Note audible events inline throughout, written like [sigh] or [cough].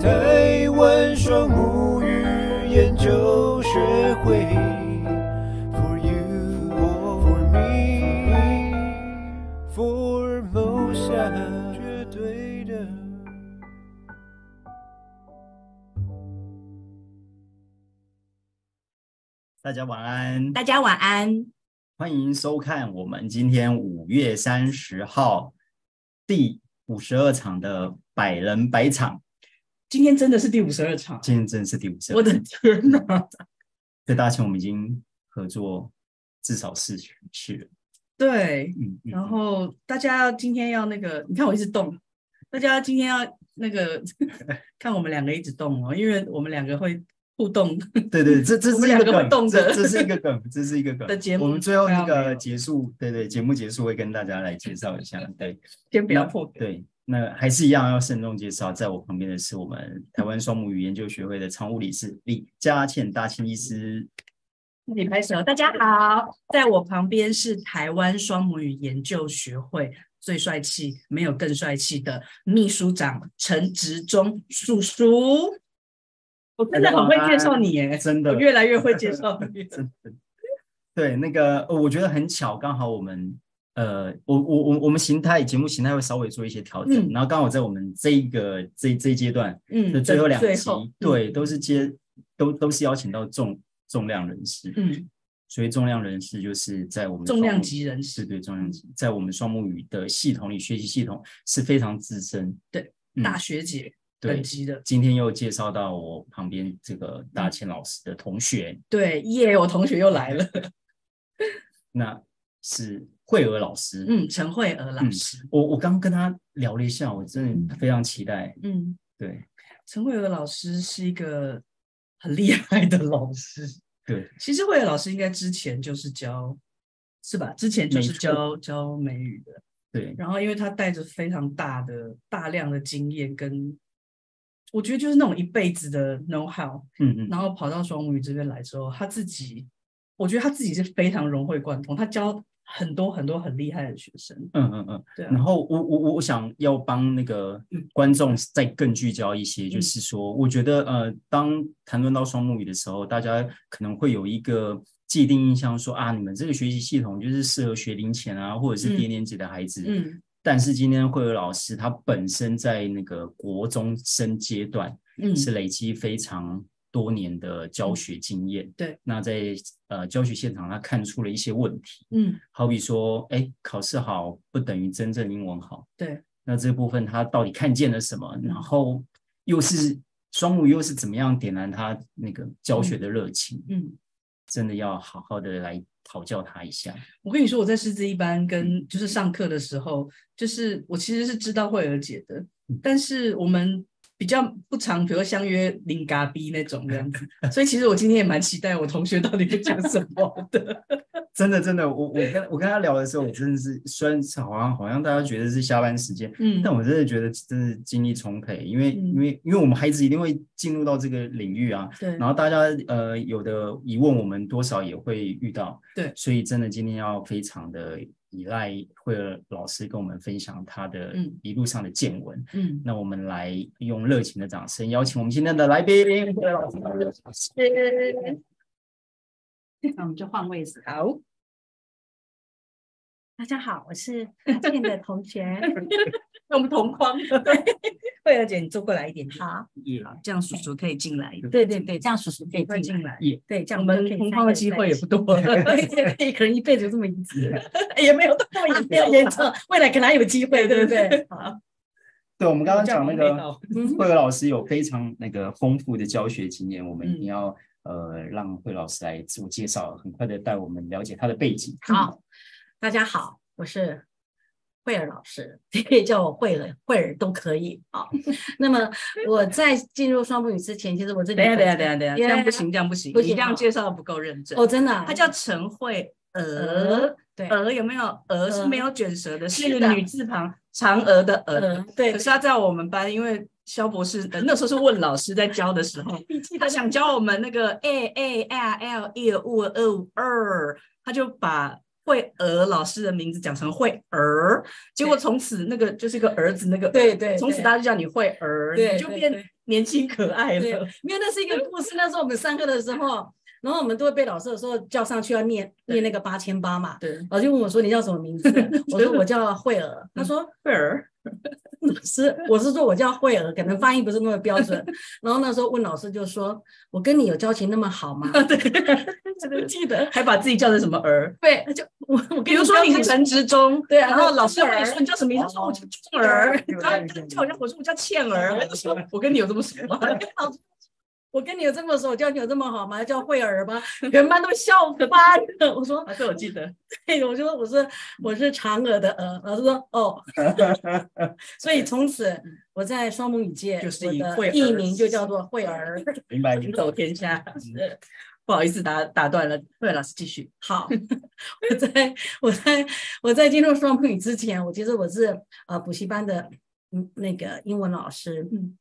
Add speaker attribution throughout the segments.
Speaker 1: 太晚霜沐浴，研究学会。For you, for me, for 梦想，绝对的。
Speaker 2: 大家晚安，
Speaker 3: 大家晚安。
Speaker 2: 欢迎收看我们今天五月三十号第五十二场的百人百场，
Speaker 3: 今天真的是第五十二场，
Speaker 2: 今天真是第五十
Speaker 3: 我
Speaker 2: 二
Speaker 3: 的
Speaker 2: 场。
Speaker 3: 天哪！
Speaker 2: 这大庆我们已经合作至少四十次了，
Speaker 3: 对，
Speaker 2: 嗯，嗯
Speaker 3: 然后大家今天要那个，你看我一直动，大家今天要那 [laughs] 个看我们两个一直动哦，因为我们两个会互 [laughs] 动。
Speaker 2: 对对，这这
Speaker 3: 我们
Speaker 2: 是一
Speaker 3: 两个会
Speaker 2: 梗，
Speaker 3: 动
Speaker 2: 这
Speaker 3: 的
Speaker 2: 这是一个梗，这是一个梗
Speaker 3: [laughs] 的节目
Speaker 2: 我们最后
Speaker 3: 快
Speaker 2: 那
Speaker 3: 要没
Speaker 2: 个
Speaker 3: 有
Speaker 2: 结束，对对，节目结束会跟大家来介绍一
Speaker 3: [laughs]
Speaker 2: 下。对
Speaker 3: 先不要破梗，
Speaker 2: 对，那还是一样要慎重介绍，在我旁边的是我们台湾双母语研究学会的常务理事李佳倩大庆医师。
Speaker 3: 自己拍手。大家好，在我旁边是台湾双母语研究学会最帅气，没有更帅气的秘书长陈植忠叔叔。我真的很会介绍你耶，
Speaker 2: 哎真的
Speaker 3: 我越来越会介绍你。
Speaker 2: 真的。对，那个呃我觉得很巧，刚好我们呃，我我我我们形态节目形态会稍微做一些调整，
Speaker 3: 嗯
Speaker 2: 然后刚好在我们这一个这这一阶段的
Speaker 3: [laughs] 嗯，
Speaker 2: 最后两
Speaker 3: 最
Speaker 2: 集，
Speaker 3: 后嗯
Speaker 2: 对，都是接都都是邀请到重重量人士，
Speaker 3: 嗯，
Speaker 2: 所以重量人士就是在我们
Speaker 3: 重
Speaker 2: 双
Speaker 3: 量
Speaker 2: 目
Speaker 3: 级人
Speaker 2: 是
Speaker 3: 士，
Speaker 2: 对重量级，在我们双母语的系统里，学习系统是非常资深。
Speaker 3: 对
Speaker 2: 嗯，
Speaker 3: 大学姐
Speaker 2: 对
Speaker 3: 等，级的。
Speaker 2: 今天又介绍到我旁边这个
Speaker 3: 嗯
Speaker 2: 大千老师的同学，
Speaker 3: 对，耶，我同学又
Speaker 2: [laughs]
Speaker 3: 来了，
Speaker 2: 那是慧儿老师。
Speaker 3: 嗯，陈慧娥老师，
Speaker 2: 我我刚跟他聊了一下，我真的非常期待。
Speaker 3: 嗯，
Speaker 2: 对
Speaker 3: 陈慧娥老师是一个很厉害的老师。 [laughs]
Speaker 2: 对，
Speaker 3: 其实慧娥老师应该之前就是教，是吧？之前就是
Speaker 2: 没错
Speaker 3: 教教美语的，
Speaker 2: 对，
Speaker 3: 然后因为她带着非常大的大量的经验跟。我觉得就是那种一辈子的 know how，
Speaker 2: 嗯嗯，
Speaker 3: 然后跑到双母语这边来之后，他自己，我觉得他自己是非常融会贯通，他教很多很多很厉害的学生，
Speaker 2: 嗯嗯嗯。
Speaker 3: 对啊，
Speaker 2: 然后我我我我想要帮那个观众再更聚焦一些，就
Speaker 3: 嗯
Speaker 2: 是说，我觉得呃，当谈论到双母语的时候，大家可能会有一个既定印象说啊，你们这个学习系统就是适合学龄前啊，或者是低
Speaker 3: 嗯
Speaker 2: 年级的孩子。
Speaker 3: 嗯
Speaker 2: 但是今天慧儿老师她本身在那个国中生阶段，
Speaker 3: 嗯，
Speaker 2: 是累积非常多年的教学经验。
Speaker 3: 对，
Speaker 2: 那在呃教学现场，他看出了一些问题，
Speaker 3: 嗯，
Speaker 2: 好比说，哎，考试好不等于真正英文好。
Speaker 3: 对，
Speaker 2: 那这部分他到底看见了什么？然后又是双母又是怎么样点燃他那个教学的热情？
Speaker 3: 嗯。
Speaker 2: 真的要好好的来讨教他一
Speaker 3: [laughs]
Speaker 2: 下。
Speaker 3: 我跟你说，我在师资一班跟就是上课的时候，就是我其实是知道慧儿姐的
Speaker 2: 嗯，
Speaker 3: 但是我们比较不常，比如相约零嘎逼那种这样
Speaker 2: [laughs]
Speaker 3: 子，所以其实我今天也蛮期待我同学到底会讲什么的。
Speaker 2: 真的，真的，我我跟我跟他聊的时候，我真的是虽然是好像好像大家觉得是下班时间，
Speaker 3: 嗯
Speaker 2: 但我真的觉得真的精力充沛，因为、
Speaker 3: 嗯
Speaker 2: 因为因为我们孩子一定会进入到这个领域啊，
Speaker 3: 对
Speaker 2: 然后大家呃有的疑问我们多少也会遇到，
Speaker 3: 对
Speaker 2: 所以真的今天要非常的依赖慧儿老师跟我们分享他的
Speaker 3: 嗯
Speaker 2: 一路上的见闻。
Speaker 3: 嗯，
Speaker 2: 那我们来用热情的掌声邀请我们今天的来宾慧儿老师。
Speaker 4: 那我们就换位置。
Speaker 3: 好，
Speaker 4: 大家好，我是大健的同学。
Speaker 3: 那 [laughs] 我们同框。慧儿姐，你坐过来一点，
Speaker 4: 好，
Speaker 3: 好，这样叔叔可以进来一点，
Speaker 4: 对对对，这样叔叔可以
Speaker 3: 快进
Speaker 4: 来。
Speaker 3: 来。
Speaker 4: 对，这样
Speaker 3: 我
Speaker 4: 就可
Speaker 3: 们
Speaker 4: 以
Speaker 3: 同
Speaker 4: 三
Speaker 3: 框的
Speaker 4: 个人
Speaker 3: 机
Speaker 4: 在
Speaker 3: 会
Speaker 4: 一
Speaker 3: 也
Speaker 4: 起
Speaker 3: 不多 [laughs] 了，
Speaker 4: 对对对，可能一辈子就这么一次。
Speaker 3: 哎也啊没有到那么严
Speaker 4: 啊
Speaker 3: 严重，未来可能还有机会，对
Speaker 4: 对
Speaker 3: 不对？ [laughs]
Speaker 4: 对，好，嗯
Speaker 2: 对，我们刚刚讲那
Speaker 3: 这样我没
Speaker 2: 个
Speaker 3: 到
Speaker 2: 慧儿老师有非常那个丰富的教学经验，我们一定
Speaker 3: 嗯
Speaker 2: 要呃让慧老师来自我介绍，很快的带我们了解他的背景。
Speaker 4: 好，大家好，我是慧儿老师，可以叫我慧儿，慧儿都可以啊。好
Speaker 3: [laughs]
Speaker 4: 那么我在进入双母语之前，其实我这里
Speaker 3: 等一下，等一下，等一下，等一下，这样不
Speaker 4: Yeah
Speaker 3: 行，这样不行，
Speaker 4: 不
Speaker 3: 你
Speaker 4: 行
Speaker 3: 这样
Speaker 4: 哦
Speaker 3: 介绍的不够认真。
Speaker 4: 哦，真的啊，
Speaker 3: 她叫呃陈慧娥
Speaker 4: 鹅，，对，
Speaker 3: 娥有没有？娥是
Speaker 4: 娥
Speaker 3: 没有卷舌的，是一
Speaker 4: 是
Speaker 3: 个
Speaker 4: 的
Speaker 3: 女字旁，嫦娥的
Speaker 4: 鹅
Speaker 3: 娥。，
Speaker 4: 嗯对
Speaker 3: 呃可，是她在我们班，因为肖博士呃那时候是问老师在教的时候，他想
Speaker 5: E
Speaker 3: 教我们那个 a a l l 一五二五二，他就把
Speaker 5: 慧儿老师的名字讲成慧儿，结果
Speaker 4: 对
Speaker 5: 从此那个就是一个儿子那个，
Speaker 4: 对对
Speaker 5: 从此
Speaker 4: 对
Speaker 5: 大家就叫你慧儿，
Speaker 4: 对
Speaker 5: 你就
Speaker 4: 对
Speaker 5: 变
Speaker 4: 对
Speaker 5: 年轻可爱
Speaker 4: 对
Speaker 5: 了。，
Speaker 4: 因为那是一个故事。那时候我们上课的时候，然后我们都会被老师有时候叫上去要念
Speaker 5: 对
Speaker 4: 念那个八千八嘛。
Speaker 5: 对，
Speaker 4: 老师就问我说：“你叫什么名
Speaker 5: [laughs]
Speaker 4: 字？”我说：“我叫慧儿。”他说
Speaker 5: 慧儿，：“？”
Speaker 4: [laughs] 老师，我是说我叫慧儿，可能发音不是那么标准。”然后那时候问老师就说：“我跟你有交情那么好吗
Speaker 5: 啊
Speaker 4: [laughs]
Speaker 5: 对，真的记 [laughs] 得，还把自己叫成什么儿？
Speaker 4: 对，他就我我
Speaker 5: 比如说你是陈植中，
Speaker 4: 对啊
Speaker 5: 然后
Speaker 4: 那
Speaker 5: 老师
Speaker 4: 慧
Speaker 5: 问你
Speaker 4: 儿哦
Speaker 5: 说你叫什么名字，说我叫钟儿，然后他叫我叫我说我叫倩儿，我就说我跟你有这么熟吗？
Speaker 4: 我跟你有这么熟，叫你有这么好吗？ [laughs] 叫慧儿吧，全班都笑翻了。我说
Speaker 5: 啊，这我记得，：“
Speaker 4: 对，我说我是我是嫦娥的娥。”老师说：“哦。” [laughs] 所以从
Speaker 5: [laughs]
Speaker 4: 此我在双母语界，
Speaker 5: 就是
Speaker 4: 我
Speaker 5: 以
Speaker 4: 的
Speaker 5: 慧儿
Speaker 4: 艺名就叫做慧儿。
Speaker 2: 明白
Speaker 5: 行
Speaker 2: 明白。
Speaker 5: 走天下。是不好意思打打断了，慧儿老师继续。
Speaker 4: 好，我在我在我在进入双母语之前，我其实我是呃补习班的嗯那个英文老师，
Speaker 5: 嗯，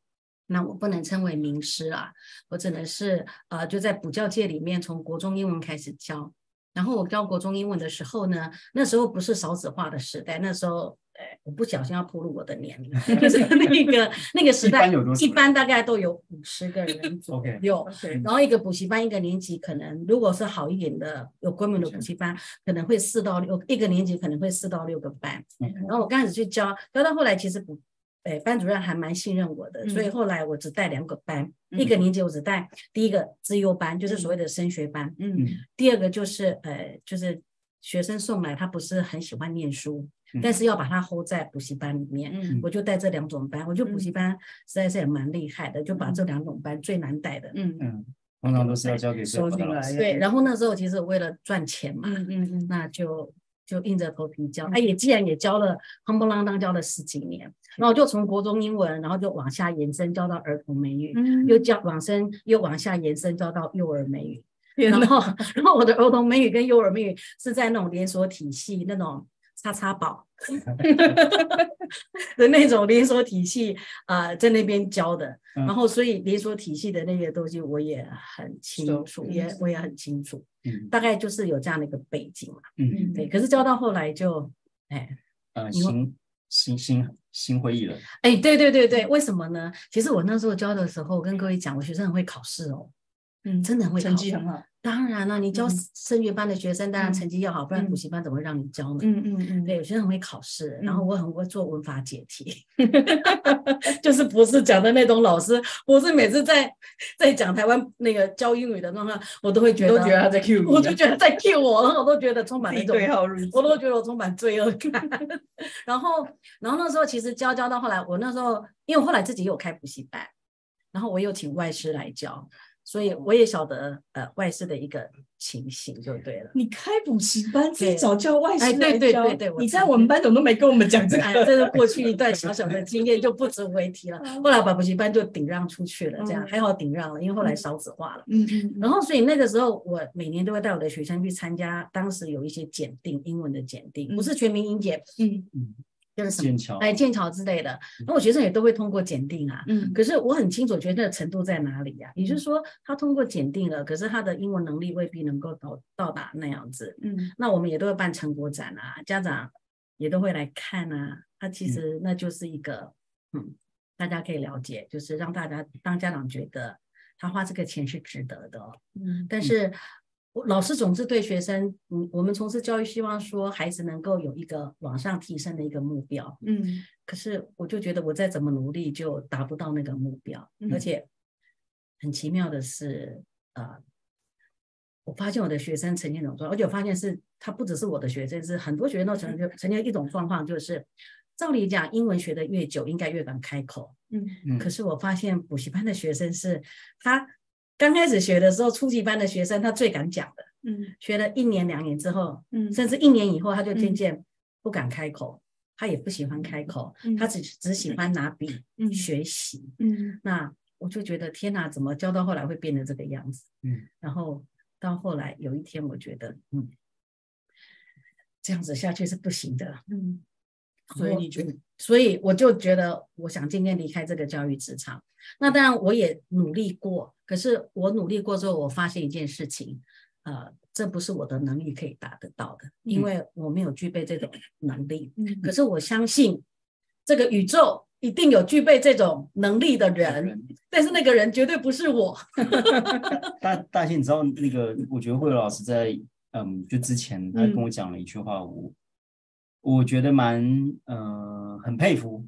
Speaker 4: 那我不能称为名师啊，我只能是呃就在补教界里面从国中英文开始教。然后我教国中英文的时候呢，那时候不是少子化的时代，那时候。呃我不小心要暴露我的年龄， [laughs] 就是那个那个时
Speaker 2: 一
Speaker 4: 代
Speaker 2: 般有多，少
Speaker 4: 一般大概都有五十个人左
Speaker 2: OK
Speaker 4: 右。
Speaker 5: OK，
Speaker 4: 然后一个补习班一个年级可能如果是好一点的有规模的补习班，可能会四到六一个年级可能会四到六个班。
Speaker 2: 嗯
Speaker 4: 然后我刚开始去教，教到后来其实不，哎，班主任还蛮信任我的，所以
Speaker 5: 嗯
Speaker 4: 后来我只带两个班，
Speaker 5: 嗯
Speaker 4: 一个年级我只带第一个资优班，就是所谓的升学班，
Speaker 5: 嗯
Speaker 4: 第二个就是呃就是学生送来他不是很喜欢念书，
Speaker 2: 嗯
Speaker 4: 但是要把他 hold 在补习班里面。
Speaker 5: 嗯
Speaker 4: 我就带这两种班，我觉得补
Speaker 5: 嗯
Speaker 4: 习班实在是也蛮厉害的，就把这两种班最难带的，
Speaker 5: 嗯嗯
Speaker 2: 嗯，通常都是要交给最
Speaker 5: 收
Speaker 2: 后
Speaker 5: 进
Speaker 2: 的老
Speaker 5: 来，
Speaker 2: 师。
Speaker 4: 对，然后那时候其实为了赚钱嘛，
Speaker 5: 嗯嗯
Speaker 4: 那就就硬着头皮教。哎，也既然也教了，夯不啷当教了十几年，然后就从国中英文，然后就往下延伸教到儿童美语，
Speaker 5: 嗯
Speaker 4: 又教往生又往下延伸教到幼儿美
Speaker 5: [laughs]
Speaker 4: 语。
Speaker 5: 天
Speaker 4: 然
Speaker 5: 哪
Speaker 4: 后， [laughs] 然后我的儿童美语跟幼儿美语是在那种连锁体系，那种叉叉宝
Speaker 5: [laughs]
Speaker 4: 的那种连锁体系啊、呃在那边教的。
Speaker 2: 嗯
Speaker 4: 然后，所以连锁体系的那些东西我也很
Speaker 5: 熟
Speaker 4: 清楚，
Speaker 5: 嗯
Speaker 4: 也我也很清楚，
Speaker 2: 嗯
Speaker 4: 大概就是有这样的一个背景嘛。
Speaker 2: 嗯
Speaker 4: 对，可是教到后来就，哎，
Speaker 2: 呃，
Speaker 4: 你会
Speaker 2: 新新新新会议了，
Speaker 4: 哎，对对对对，为什么呢？其实我那时候教的时候，我跟各位讲，我学生很会考试哦，
Speaker 5: 嗯
Speaker 4: 真的很会考
Speaker 5: 成绩
Speaker 4: 试。
Speaker 5: 很好，
Speaker 4: 当然了，你教
Speaker 5: 嗯
Speaker 4: 升学班的学生，当然
Speaker 5: 嗯
Speaker 4: 成绩要好，不然
Speaker 5: 嗯
Speaker 4: 补习班怎么会让你教呢？
Speaker 5: 嗯嗯嗯
Speaker 4: 对，有些人很会考试，然后
Speaker 5: 嗯
Speaker 4: 我很会做文法解题， [laughs] 就是不是讲的那种老师，我是每次在在讲台湾那个教英语的状况，我都会觉
Speaker 5: 都
Speaker 4: 得，
Speaker 5: 觉得他在 Q 你，啊
Speaker 4: 我就觉得在 cue 我，然后我都觉得充满了一种
Speaker 5: 对号啊入座，
Speaker 4: 我都觉得我充满罪恶感。 [laughs] 然后，然后那时候其实教教到后来，我那时候因为我后来自己也有开补习班，然后我又请外师来教，所以我也晓得呃外师的一个情形就对了。
Speaker 5: 你开补习班自己
Speaker 4: 对
Speaker 5: 找教外师
Speaker 4: 哎对
Speaker 5: 来
Speaker 4: 对
Speaker 5: 教
Speaker 4: 对对我
Speaker 5: 你
Speaker 4: 知
Speaker 5: 在
Speaker 4: 道
Speaker 5: 我们班怎么都没跟我们讲这
Speaker 4: 哎，
Speaker 5: 个？
Speaker 4: 这是过去一段小小的经验，就不值为提了。后来把补习班就顶让出去了，这样
Speaker 5: 嗯
Speaker 4: 还好顶让了，因为后来少子化了。
Speaker 5: 嗯嗯
Speaker 4: 然后，所以那个时候，我每年都会带我的学生去参加，当时有一些检定，英文的检定，不是全民英检，
Speaker 5: 嗯
Speaker 4: 就是什么
Speaker 2: 剑
Speaker 5: 哦
Speaker 2: 桥
Speaker 4: 哎剑桥之类的。那我学生也都会通过检定啊，
Speaker 5: 嗯
Speaker 4: 可是我很清楚觉得程度在哪里呀、也就是说，他通过检定了，可是他的英文能力未必能够到到达那样子。
Speaker 5: 嗯
Speaker 4: 那我们也都会办成果展啊，家长也都会来看啊。那
Speaker 5: 嗯
Speaker 4: 其实那就是一个，嗯，大家可以了解，就是让大家让家长觉得他花这个钱是值得的哦、
Speaker 5: 嗯
Speaker 4: 但是我老师总是对学生，嗯，我们从事教育，希望说孩子能够有一个往上提升的一个目标。
Speaker 5: 嗯
Speaker 4: 可是我就觉得我再怎么努力就达不到那个目标，
Speaker 5: 嗯
Speaker 4: 而且很奇妙的是，呃，我发现我的学生呈现一种状况，而且我发现是他不只是我的学生，是很多学生都呈现呈现一种状况，就是照理讲，英文学的越久，应该越敢开口，
Speaker 5: 嗯
Speaker 2: 嗯
Speaker 4: 可是我发现补习班的学生是他刚开始学的时候，初级班的学生他最敢讲的，
Speaker 5: 嗯
Speaker 4: 学了一年两年之后，
Speaker 5: 嗯
Speaker 4: 甚至一年以后，他就渐
Speaker 5: 嗯
Speaker 4: 渐不敢开口，他也不喜欢开口，
Speaker 5: 嗯
Speaker 4: 他只只喜欢拿笔
Speaker 5: 嗯
Speaker 4: 学习。
Speaker 5: 嗯
Speaker 4: 那我就觉得天哪，怎么教到后来会变成这个样子？
Speaker 2: 嗯，
Speaker 4: 然后到后来有一天，我觉得嗯，这样子下去是不行的，
Speaker 5: 嗯，
Speaker 4: 嗯
Speaker 5: 所以你就
Speaker 4: 所以我就觉得我想渐渐离开这个教育职场。那当然我也努力过，可是我努力过之后，我发现一件事情，呃，这不是我的能力可以达得到的，
Speaker 5: 嗯
Speaker 4: 因为我没有具备这种能力。可是我相信这个宇宙一定有具备这种能力的人，但是那个人绝对不是我。
Speaker 2: 大大仙，你知道那个，我觉得慧茹老师在嗯，就之前他跟我讲了一句话，我我觉得蛮呃很佩服，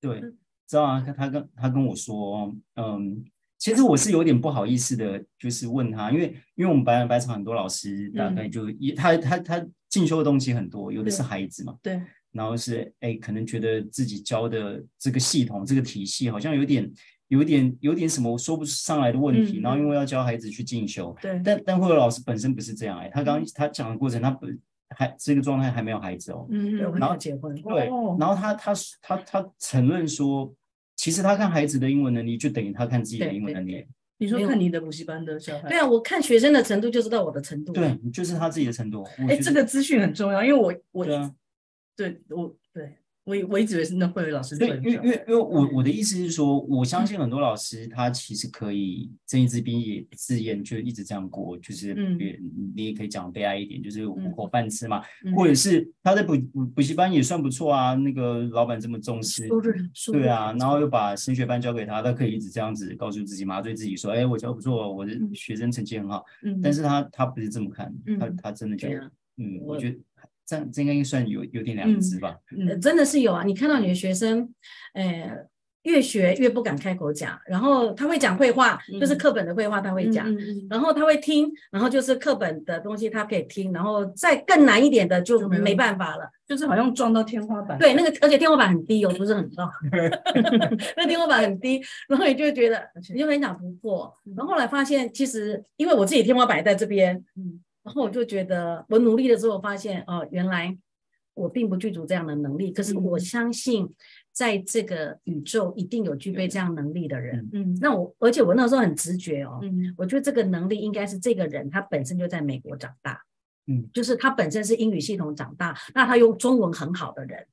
Speaker 2: 对，知道啊，他他跟他跟我说，嗯，其实我是有点不好意思的，就是问他，因为因为我们白白场很多老师大概就一、他他他进修的东西很多，有的是
Speaker 5: 对
Speaker 2: 孩子嘛，
Speaker 5: 对，
Speaker 2: 然后是哎，可能觉得自己教的这个系统、这个体系好像有点、有点、有点什么说不上来的问题，
Speaker 5: 嗯
Speaker 2: 然后因为要教孩子去进修，
Speaker 5: 对，
Speaker 2: 但但慧慧老师本身不是这样哎，他
Speaker 5: 嗯
Speaker 2: 刚他讲的过程，他本还这个状态还没有孩子哦，
Speaker 5: 嗯
Speaker 4: 对我
Speaker 5: 嗯
Speaker 4: 们
Speaker 2: 然
Speaker 4: 要
Speaker 2: 后
Speaker 4: 结婚，
Speaker 2: 对
Speaker 5: 哦，
Speaker 2: 然后他他他他承认说，其实他看孩子的英文能力，就等于他看自己的
Speaker 4: 对
Speaker 2: 英文
Speaker 4: 对
Speaker 2: 能力，
Speaker 5: 你说
Speaker 4: 没有
Speaker 5: 看你的补习班的小孩，
Speaker 4: 对啊，我看学生的程度就知道我的程度。
Speaker 2: 对，就是他自己的程度。我
Speaker 5: 哎，
Speaker 2: 觉
Speaker 5: 这
Speaker 2: 得
Speaker 5: 个资讯很重要，因为我我
Speaker 2: 对啊，
Speaker 5: 对我对我以我一直以为是那慧伟老师
Speaker 2: 对，
Speaker 5: 对
Speaker 2: 因为因为因为我我的意思是说，我相信很多老师他其实可以睁一只眼也自眼，就一直这样过，就是
Speaker 5: 嗯
Speaker 2: 也你也可以讲悲哀一点，就是糊
Speaker 5: 嗯
Speaker 2: 口饭吃嘛，或者是他在补补补习班也算不错啊，那个老板这么重视。
Speaker 4: 输入，输入
Speaker 2: 对啊，然后又把升学班交给他，他可以一直这样子告诉自己、麻醉自己说：“哎，我教得不错，我的
Speaker 5: 嗯
Speaker 2: 学生成绩很好。”
Speaker 5: 嗯
Speaker 2: 但是他他不是这么看，他
Speaker 5: 嗯
Speaker 2: 他真的觉
Speaker 4: 对
Speaker 2: 得
Speaker 4: 啊，
Speaker 2: 嗯，我
Speaker 4: 我
Speaker 2: 觉得这样这应该算有有点良
Speaker 5: 嗯
Speaker 2: 知吧。
Speaker 4: 呃
Speaker 5: 嗯
Speaker 4: 真的是有啊！你看到你的学生，呃，越学越不敢开口讲，然后他会讲绘画，就是
Speaker 5: 嗯
Speaker 4: 课本的绘画他会讲，
Speaker 5: 嗯嗯嗯
Speaker 4: 然后他会听，然后就是课本的东西他可以听，然后再更难一点的就
Speaker 5: 就没
Speaker 4: 没
Speaker 5: 办
Speaker 4: 办法了。
Speaker 5: 就是好像撞到天花板，
Speaker 4: 对，那个而且天花板很低哦，不是很高， [laughs] 那天花板很低，然后你就觉得你就很想突破，然后后来发现其实因为我自己天花板也在这边，
Speaker 5: 嗯
Speaker 4: 然后我就觉得我努力了之后发现哦，原来我并不具足这样的能力，可是
Speaker 5: 嗯
Speaker 4: 我相信在这个宇宙一定有具备这样能力的人。
Speaker 5: 嗯
Speaker 4: 那我而且我那时候很直觉哦，
Speaker 5: 嗯
Speaker 4: 我觉得这个能力应该是这个人他本身就在美国长大，
Speaker 2: 嗯，
Speaker 4: 就是他本身是英语系统长大，那他用中文很好的人，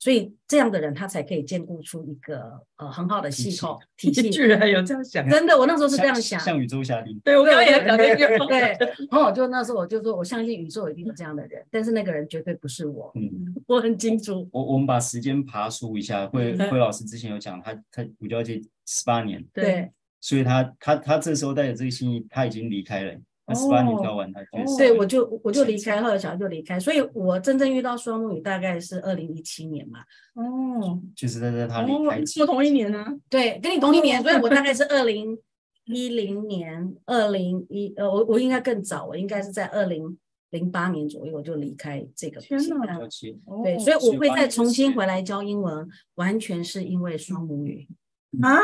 Speaker 4: 所以这样的人他才可以建构出一个呃很好的
Speaker 2: 体
Speaker 4: 系
Speaker 2: 系
Speaker 4: 统体
Speaker 3: [laughs]
Speaker 4: 系。
Speaker 5: 居然有这样想，啊
Speaker 4: 真的，我那时候是
Speaker 2: 像
Speaker 4: 这样想。
Speaker 2: 像宇宙下定。
Speaker 5: 对我
Speaker 4: [laughs] 对
Speaker 5: 刚刚也
Speaker 4: 我
Speaker 5: 想那句话，
Speaker 4: 对，然后我就那时候我就说，我相信宇宙一定有这样的人，但是那个人绝对不是我，
Speaker 2: 嗯，
Speaker 4: 我很清楚。
Speaker 2: 我我们把时间爬梳一下，
Speaker 5: [laughs]
Speaker 2: 慧慧老师之前有讲，他他补教界十八年，
Speaker 4: 对
Speaker 2: 所以他他他这时候带着这个心意，他已经离开了，他十八年
Speaker 5: 哦
Speaker 2: 教完，他觉得
Speaker 5: 哦
Speaker 4: 对，我就我就离开，后来小孩就离开，所以我真正遇到双母语大概是二零一七年嘛。
Speaker 5: [laughs] 哦
Speaker 2: 就是在在他离
Speaker 5: 哦
Speaker 2: 开，之
Speaker 5: 说同一年呢，
Speaker 4: 对，跟你同
Speaker 5: [laughs]
Speaker 4: 一年，所以我大概是二零一零年、二零一呃，我我应该更早，我应该是在二零零八年左右我就离开这个
Speaker 5: 天
Speaker 4: 补习
Speaker 5: 哪
Speaker 4: 班
Speaker 2: 交期
Speaker 5: 哦
Speaker 4: 对，所以我会
Speaker 2: 18
Speaker 4: 再
Speaker 2: 年
Speaker 4: 重
Speaker 2: 时
Speaker 4: 新
Speaker 2: 间
Speaker 4: 回来教英文，完全是因为双母语。
Speaker 5: 啊，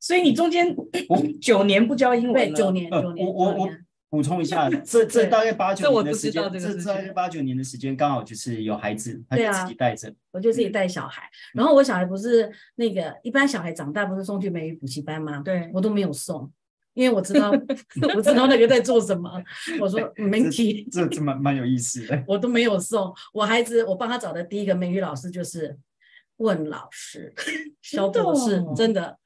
Speaker 5: 所以你中间
Speaker 2: 我
Speaker 5: 九年不教英文
Speaker 4: 嗯对，
Speaker 5: 了
Speaker 4: 九，年，
Speaker 2: 呃
Speaker 4: 九年，
Speaker 2: 我我
Speaker 4: 九
Speaker 2: 我
Speaker 4: 年
Speaker 2: 补充
Speaker 5: [laughs]
Speaker 2: 一下，这这
Speaker 4: 对
Speaker 2: 大概八九
Speaker 5: 这我
Speaker 2: 年的
Speaker 5: 不知
Speaker 2: 时间
Speaker 5: 道，这个事情
Speaker 2: 大概八九年的时间，刚好就是有孩子，他
Speaker 4: 对
Speaker 2: 就
Speaker 4: 啊
Speaker 2: 自己带着，
Speaker 4: 我就自己带小孩，然后我小孩不是那个一般小孩长大不是送去美语补习班吗？
Speaker 5: 对
Speaker 4: 我都没有送，因为我知道 [laughs] 我知道那个在做什么。
Speaker 2: [laughs]
Speaker 4: 我说没题，
Speaker 2: 这这蛮蛮有意思的。
Speaker 4: 我都没有送。我孩子我帮他找的第一个美语老师就是问老师， [laughs] 小
Speaker 5: 真的
Speaker 4: 博士
Speaker 5: 哦
Speaker 4: 真的。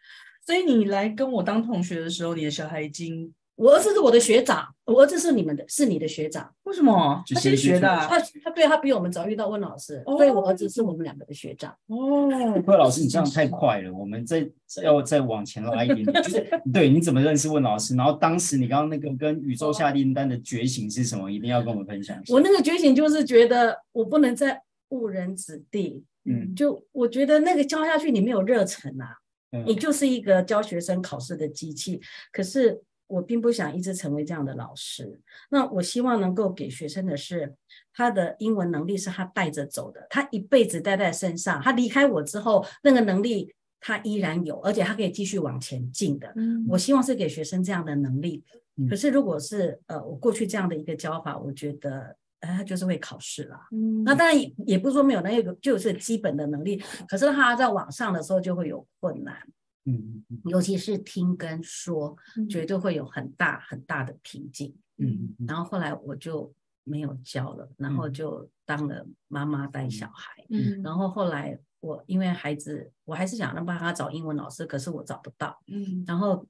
Speaker 5: 所以你来跟我当同学的时候，你的小孩已经
Speaker 4: 我儿子是我的学长，我儿子是你们的，是你的学长。
Speaker 5: 为什么
Speaker 2: 就
Speaker 5: 他先
Speaker 2: 先接
Speaker 5: 学的啊
Speaker 4: 他他对他比我们早遇到温老师，
Speaker 5: 哦
Speaker 4: 所以我儿子是我们两个的学长。
Speaker 5: 哦，
Speaker 4: 嗯
Speaker 2: 慧老师，你这样太快了，我们再要再往前拉一点点，就是对你怎么认识问老师，然后当时你刚刚那个跟宇宙下订单的觉醒是什么，一定要跟我们分享一下。
Speaker 4: 我那个觉醒就是觉得我不能再误人子弟，
Speaker 2: 嗯
Speaker 4: 就我觉得那个教下去你没有热忱啊，
Speaker 2: 嗯
Speaker 4: 你就是一个教学生考试的机器。可是我并不想一直成为这样的老师。那我希望能够给学生的是，他的英文能力是他带着走的，他一辈子带在身上。他离开我之后，那个能力他依然有，而且他可以继续往前进的。
Speaker 5: 嗯
Speaker 4: 我希望是给学生这样的能力
Speaker 2: 嗯。
Speaker 4: 可是如果是呃，我过去这样的一个教法，我觉得呃，他就是会考试啦。
Speaker 5: 嗯
Speaker 4: 那当然也也不是说没有那个，就是基本的能力，可是他在网上的时候就会有困难，
Speaker 2: 嗯嗯
Speaker 4: 尤其是听跟说，
Speaker 5: 嗯
Speaker 4: 绝对会有很大很大的瓶颈。
Speaker 2: 嗯嗯嗯，
Speaker 4: 然后后来我就没有教了，然后
Speaker 2: 嗯
Speaker 4: 就当了妈妈带小孩，
Speaker 5: 嗯
Speaker 4: 然后后来我因为孩子，我还是想嗯让帮他找英文老师，可是我找不到，
Speaker 5: 嗯
Speaker 4: 然后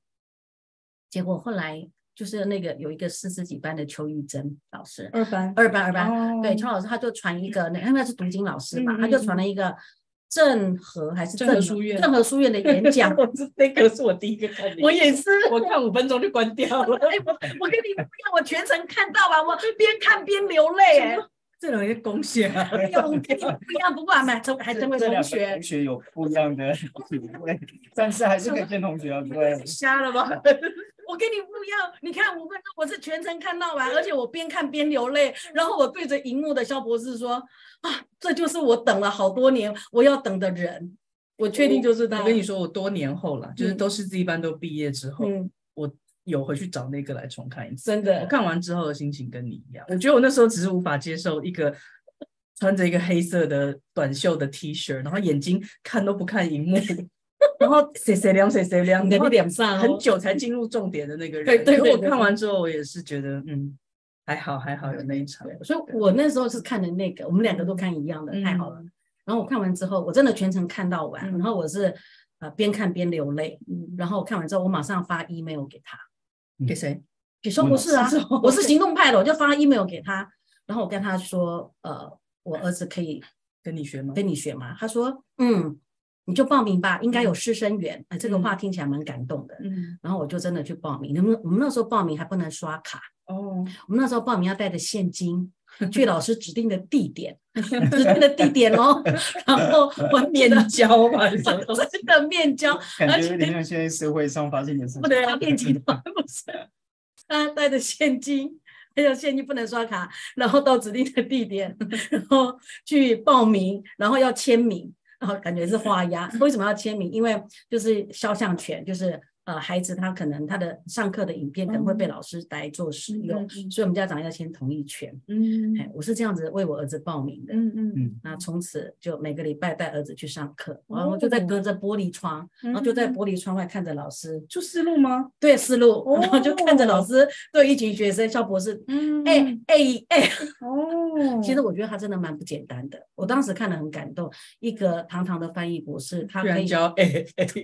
Speaker 4: 结果后来就是那个有一个四十几班的邱玉珍老师，
Speaker 6: 二班，
Speaker 4: 二班二班，
Speaker 6: 哦
Speaker 4: 对，邱老师他就传一个，那因为他是读经老师嘛，
Speaker 6: 嗯嗯
Speaker 4: 他就传了一个郑和还是
Speaker 6: 郑和
Speaker 4: 郑
Speaker 6: 书院
Speaker 4: 郑和书院的演讲
Speaker 3: [laughs] ，我是那个是我第一个看
Speaker 6: [laughs]
Speaker 3: 的，
Speaker 6: 我也是，
Speaker 3: [laughs] 我看五分钟就关掉
Speaker 4: [laughs]
Speaker 3: 了。
Speaker 6: 哎，我我跟你不一样，我全程看到完，我边看边流泪，哎，
Speaker 3: 这种人贡献啊，
Speaker 4: 哎呦，我跟你不一样，不过还蛮成还
Speaker 2: 这
Speaker 4: 成为
Speaker 2: 这
Speaker 4: 同
Speaker 2: 两个
Speaker 4: 学
Speaker 2: 同，学有不一样的 [laughs] 体会，但是还是可以见同学啊，对。
Speaker 6: 瞎了吧？我跟你不一样，你看五分钟，我是全程看到完，而且我边看边流泪，
Speaker 4: 然后我对着荧幕的肖博士说啊，这就是我等了好多年我要等的人，我确定就是他。
Speaker 3: 我跟你，说，我多年后了，就是都是这一班都毕业之后，
Speaker 4: 嗯，
Speaker 3: 我有回去找那个来重看一次。
Speaker 4: 真
Speaker 3: 我
Speaker 4: 的，
Speaker 3: 看完之后的心情跟你一样，我觉得我那时候只是无法接受一个穿着一个黑色的短袖的 T 恤，然后眼睛看都不看荧幕， [laughs] 然后谁谁亮谁谁亮，
Speaker 4: 你的
Speaker 3: 然后
Speaker 4: 脸上
Speaker 3: 很久才进入重点的那个人。
Speaker 4: 对对对
Speaker 3: 所以我
Speaker 4: 对
Speaker 3: 看完之后，我也是觉得嗯，还好还好有那一场，
Speaker 4: 对，所以我那时候是看的那个，我们两个都看一样的，
Speaker 3: 嗯
Speaker 4: 太好了。然后我看完之后，我真的全程看到完，
Speaker 3: 嗯
Speaker 4: 然后我是呃边看边流泪，嗯然后看完之后我马上发 email 给他，
Speaker 3: 给谁？
Speaker 4: 给说不是啊
Speaker 3: 是哦，
Speaker 4: 我是行动派的，我就发 email 给他，然后我跟他说，呃，我儿子可以
Speaker 3: 跟你学吗？
Speaker 4: 跟你学吗？他说，嗯，你就报名吧，应该有师生缘。哎，这个话听起来蛮感动的。
Speaker 3: 嗯
Speaker 4: 然后我就真的去报名，能不能？我们那时候报名还不能刷卡，
Speaker 3: 哦，
Speaker 4: 我们那时候报名要带着现金去老师指定的地点， [laughs] 指定的地点哦。 [laughs] 然后我
Speaker 3: 面
Speaker 4: 免的
Speaker 3: 交吧，你说
Speaker 4: [laughs] 真的面交，
Speaker 2: 感觉有点像现在社会上发生的事情
Speaker 4: 不。能拿电击的，不是，他带着现金，还有现金不能刷卡，然后到指定的地点， [laughs] 然后去报名，然后要签名，然后感觉是画押。为什么要签名？因为就是肖像权，就是。呃，孩子他可能他的上课的影片可能会被老师来做使
Speaker 3: 嗯
Speaker 4: 用，
Speaker 3: 嗯嗯
Speaker 4: 所以我们家长要签同意权。
Speaker 3: 嗯
Speaker 4: 哎，我是这样子为我儿子报名的，
Speaker 3: 嗯嗯
Speaker 4: 那从此就每个礼拜带儿子去上课，
Speaker 3: 哦
Speaker 4: 然后就在隔着玻璃窗，
Speaker 3: 然
Speaker 4: 然后就在
Speaker 3: 嗯
Speaker 4: 玻璃窗外看着老师
Speaker 3: 就思路吗？
Speaker 4: 对思路，
Speaker 3: 哦
Speaker 4: 然后就看着老师对一群学生，肖博士，
Speaker 3: 嗯
Speaker 4: 哎哎哎，
Speaker 3: 哦
Speaker 4: 其实我觉得他真的蛮不简单的。我当时看了很感动，一个堂堂的翻译博士，他
Speaker 3: 居
Speaker 4: 可
Speaker 3: 然
Speaker 4: 以
Speaker 3: 教 A 哎 [laughs]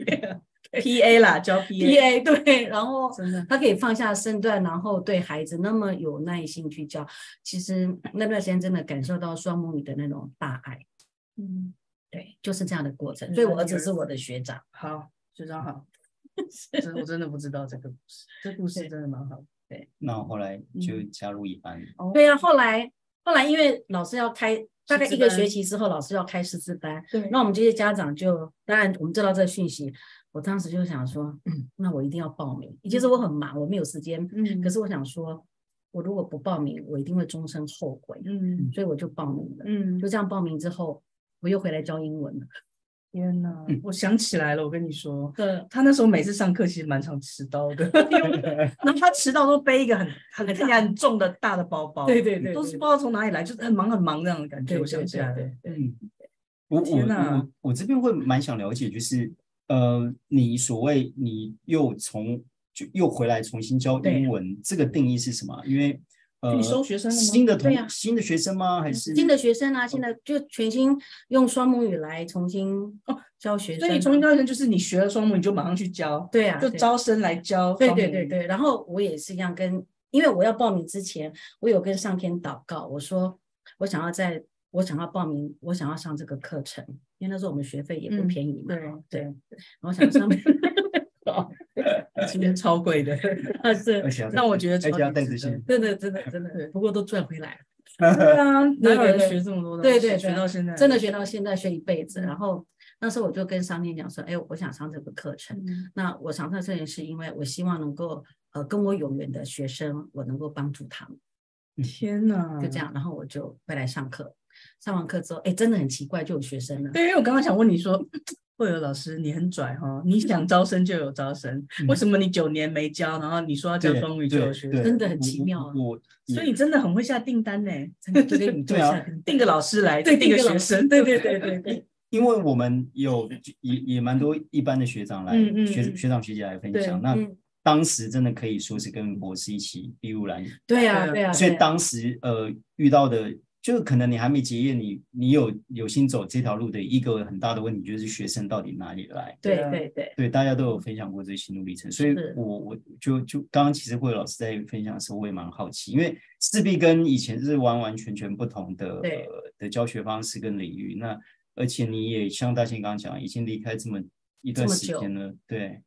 Speaker 3: P A 啦，教 P
Speaker 4: P
Speaker 3: A，
Speaker 4: A [laughs] 对，然后
Speaker 3: 真的
Speaker 4: 他可以放下身段，然后对孩子那么有耐心去教。其实那段时间真的感受到双母语的那种大爱，
Speaker 3: 嗯，
Speaker 4: 对，就是这样的过程。
Speaker 3: 嗯
Speaker 4: 所以我儿子是我的学长。
Speaker 3: 好，学长好，真我真的不知道这个故事，这故事真的蛮好
Speaker 2: [laughs]
Speaker 3: 的，啊
Speaker 2: 那我后来就加入一班，
Speaker 3: 哦
Speaker 4: 对呀、后来后来因为老师要开大概
Speaker 3: 师资
Speaker 4: 一个
Speaker 3: 班
Speaker 4: 学期之后，老师要开师资班，
Speaker 6: 对
Speaker 4: 那我们这些家长就当然我们知道这个讯息，我当时就想说，嗯，那我一定要报名。其实我很忙，我没有时间，
Speaker 3: 嗯
Speaker 4: 可是我想说，我如果不报名，我一定会终身后悔，
Speaker 3: 嗯
Speaker 4: 所以我就报名了。
Speaker 3: 嗯
Speaker 4: 就这样报名之后，我又回来教英文了。
Speaker 3: 天哪，嗯我想起来了，我跟你说。
Speaker 4: 对，
Speaker 3: 他那时候每次上课其实蛮常迟到 [laughs] 的，啊因为然后他迟到都背一个很很看起来很重的大的包包，
Speaker 4: 对对
Speaker 3: 都是不知道从哪里来，就是很忙很忙这样的感觉。
Speaker 4: 对
Speaker 3: 我想起来了，
Speaker 2: 嗯，我我
Speaker 3: 天哪
Speaker 2: 我我这边会蛮想了解，就是呃，你所谓你又从就又回来重新教
Speaker 4: 对
Speaker 2: 英文，这个定义是什么啊？因为呃，
Speaker 3: 你收学生了吗嗯
Speaker 2: 新的
Speaker 4: 对呀
Speaker 2: 同新的学生吗？还是
Speaker 4: 新的学生
Speaker 3: 哦
Speaker 4: 啊，现在就全新用双母语来重新教学
Speaker 3: 哦所
Speaker 4: 生。
Speaker 3: 以你重新教学生就是你学了双母，你就马上去教，
Speaker 4: 对啊，
Speaker 3: 就
Speaker 4: 对
Speaker 3: 招生来教
Speaker 4: 对
Speaker 3: 双
Speaker 4: 对
Speaker 3: 母
Speaker 4: 对对，然后我也是一样跟，因为我要报名之前，我有跟上天祷告，我说我想要在，我想要报名，我想要上这个课程，因为那时候我们学费也不
Speaker 3: 嗯
Speaker 4: 便宜嘛，
Speaker 3: 对
Speaker 4: 对，然后我想上面
Speaker 3: 今天超贵的，
Speaker 4: 是，
Speaker 2: 而且要带
Speaker 3: 让我觉得
Speaker 2: 而且
Speaker 3: 超
Speaker 2: 要
Speaker 3: 级
Speaker 2: 带
Speaker 3: 值
Speaker 2: 着
Speaker 3: 得
Speaker 2: 现
Speaker 4: 真的真的真
Speaker 3: 对
Speaker 4: 的，不过都赚回来
Speaker 3: [laughs]
Speaker 4: 了，
Speaker 3: 对啊，哪有
Speaker 4: 对
Speaker 3: 人
Speaker 4: 对
Speaker 3: 学这么多东西？
Speaker 4: 对对，
Speaker 3: 学
Speaker 4: 对
Speaker 3: 到现在
Speaker 4: 真的学到现在学一辈子，然后那时候我就跟上天讲说，哎，我想上这个课程，
Speaker 3: 嗯
Speaker 4: 那我想上这也是因为我希望能够呃跟我有缘的学生，我能够帮助他们。
Speaker 3: 天哪，
Speaker 4: 就这。样，然后我就回来上课。上完课之后，哎，真的很奇怪，就有学生了。
Speaker 3: 对，因为我刚刚想问你说，慧友老师你很拽哈，你
Speaker 4: 嗯
Speaker 3: 想招生就有招生，
Speaker 2: 嗯
Speaker 3: 为什么你九年没教，然后你说要教
Speaker 2: 对
Speaker 3: 双语就有
Speaker 2: 对
Speaker 3: 学
Speaker 2: 对嗯
Speaker 3: 生？
Speaker 4: 真的很奇
Speaker 2: 我
Speaker 4: 妙啊
Speaker 2: 我我
Speaker 3: 所以你真的很会下订单呢，
Speaker 4: 真的
Speaker 3: [laughs]
Speaker 4: 就跟宇宙
Speaker 2: 对啊
Speaker 4: 下订单
Speaker 3: 定个老师来，
Speaker 4: 对
Speaker 3: 定个
Speaker 4: 定个
Speaker 3: 学
Speaker 4: 老
Speaker 3: 生，对 [laughs] 对对对对，
Speaker 2: 因为我们有也也蛮多一般的学长来
Speaker 3: 嗯嗯
Speaker 2: 学
Speaker 3: 嗯
Speaker 2: 学长学姐来分
Speaker 3: 对
Speaker 2: 享，那
Speaker 4: 嗯
Speaker 2: 当时真的可以说是跟博士一起筚路蓝缕。
Speaker 4: 对
Speaker 3: 对
Speaker 4: 啊，
Speaker 3: 啊
Speaker 4: 对啊，
Speaker 2: 所以
Speaker 4: 对啊
Speaker 2: 当时呃遇到的就可能你还没结业，你你有有心走这条路的一个很大的问题就是学生到底哪里来？
Speaker 4: 对
Speaker 3: 对啊
Speaker 4: 对对，
Speaker 2: 对，大家都有分享过这个心路历程，所以
Speaker 4: 是
Speaker 2: 我我就就刚刚其实慧老师在分享的时候，我也蛮好奇，因为势必跟以前是完完全全不同的
Speaker 4: 对
Speaker 2: 呃的教学方式跟领域。那而且你也像大庆刚刚讲，已经离开这么一段
Speaker 4: 这么
Speaker 2: 时
Speaker 4: 久
Speaker 2: 间了，对，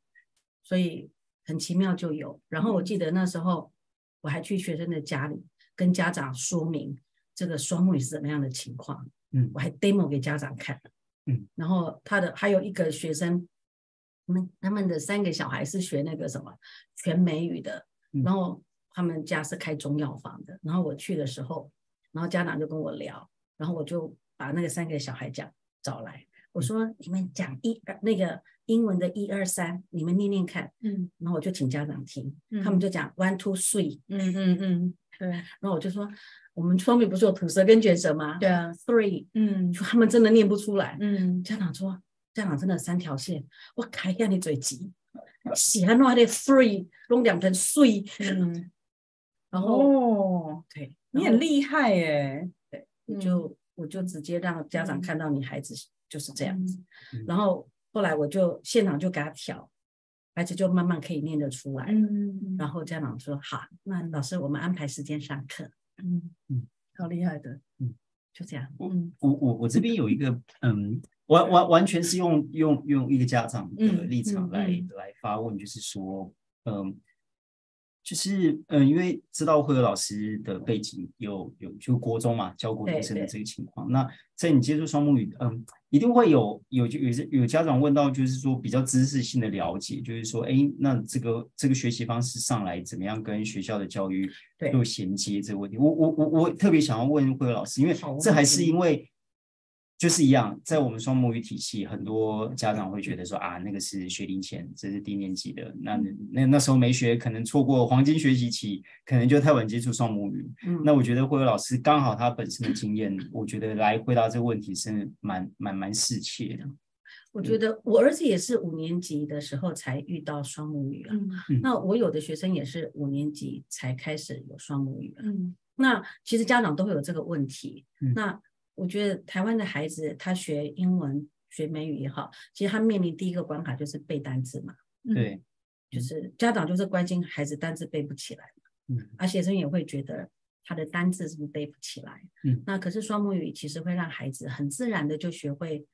Speaker 4: 所以很奇妙就有。然后我记得那时候我还去学生的家里跟家长说明这个双母语是怎么样的情况，
Speaker 2: 嗯
Speaker 4: 我还 demo 给家长看，
Speaker 2: 嗯，
Speaker 4: 然后他的还有一个学生，他们他们的三个小孩是学那个什么全美语的
Speaker 2: 嗯，
Speaker 4: 然后他们家是开中药房的，然后我去的时候，然后家长就跟我聊，然后我就把那个三个小孩讲找来。我说你们讲一二那个英文的一二三，你们念念看，
Speaker 7: 嗯
Speaker 4: 然后我就请家长听，
Speaker 7: 嗯
Speaker 4: 他们就讲 one two three，
Speaker 7: 嗯嗯嗯，对
Speaker 4: 然后我就说我们双面不是有吐舌跟卷舌吗？
Speaker 7: 对啊，
Speaker 4: ，three，
Speaker 7: 嗯
Speaker 4: 他们真的念不出来。
Speaker 7: 嗯
Speaker 4: 家长说，家长真的三条线，我开下你嘴急，喜欢弄还得 three，弄两盆碎，
Speaker 7: 嗯，
Speaker 4: 然后、
Speaker 3: 哦，
Speaker 4: 对，
Speaker 3: 你很厉害耶！
Speaker 7: 嗯
Speaker 4: 害，就我就直接让家长看到你孩子就是这样子，
Speaker 2: 嗯
Speaker 4: 然后后来我就现场就给他调，孩子就慢慢可以念得出来。
Speaker 7: 嗯
Speaker 4: 然后家长说好，那老师我们安排时间上课，嗯
Speaker 7: 嗯
Speaker 2: 嗯
Speaker 7: 嗯，好厉害的，
Speaker 4: 就这样。
Speaker 7: 嗯
Speaker 2: 我我我这边有一个嗯，完完完全是用用用一个家长的
Speaker 7: 嗯
Speaker 2: 立场
Speaker 7: 嗯
Speaker 2: 来、
Speaker 7: 嗯
Speaker 2: 来发问，就是说，嗯，就是嗯，因为知道慧儿老师的背景有有就国中嘛，教国中
Speaker 4: 对
Speaker 2: 生的
Speaker 4: 对
Speaker 2: 这个情况，那在你接触双母语，嗯，一定会有有有有家长问到，就是说比较知识性的了解，就是说，哎，那这个这个学习方式上来怎么样跟学校的教育
Speaker 4: 对
Speaker 2: 做衔接这个问题？我我我我特别想要问慧儿老师，因为
Speaker 4: 好
Speaker 2: 这还
Speaker 4: 问
Speaker 2: 是
Speaker 4: 题
Speaker 2: 因为就是一样，在我们双母语体系，很多家长会觉得说啊，那个是学龄前，这是低年级的，那
Speaker 4: 嗯
Speaker 2: 那那时候没学，可能错过黄金学习期，可能就太晚接触双母语。
Speaker 4: 嗯
Speaker 2: 那我觉得慧慧老师刚好他本身的经验，我觉得来回答这个问题是蛮蛮蛮适切的。
Speaker 3: 嗯
Speaker 4: 我觉得我儿子也是五年级的时候才遇到双母语啊。
Speaker 7: 嗯
Speaker 4: 那我有的学生也是五年级才开始有双母语啊。
Speaker 7: 嗯
Speaker 4: 那其实家长都会有这个问题。
Speaker 2: 嗯
Speaker 4: 那我觉得台湾的孩子他学英文、学美语也好，其实他面临第一个关卡就是背单词嘛，
Speaker 7: 嗯
Speaker 2: 对，
Speaker 4: 就是家长就是关心孩子单词背不起来，
Speaker 2: 嗯
Speaker 4: 而学生也会觉得他的单词是不是背不起来。
Speaker 2: 嗯
Speaker 4: 那可是双母语其实会让孩子很自然的就学会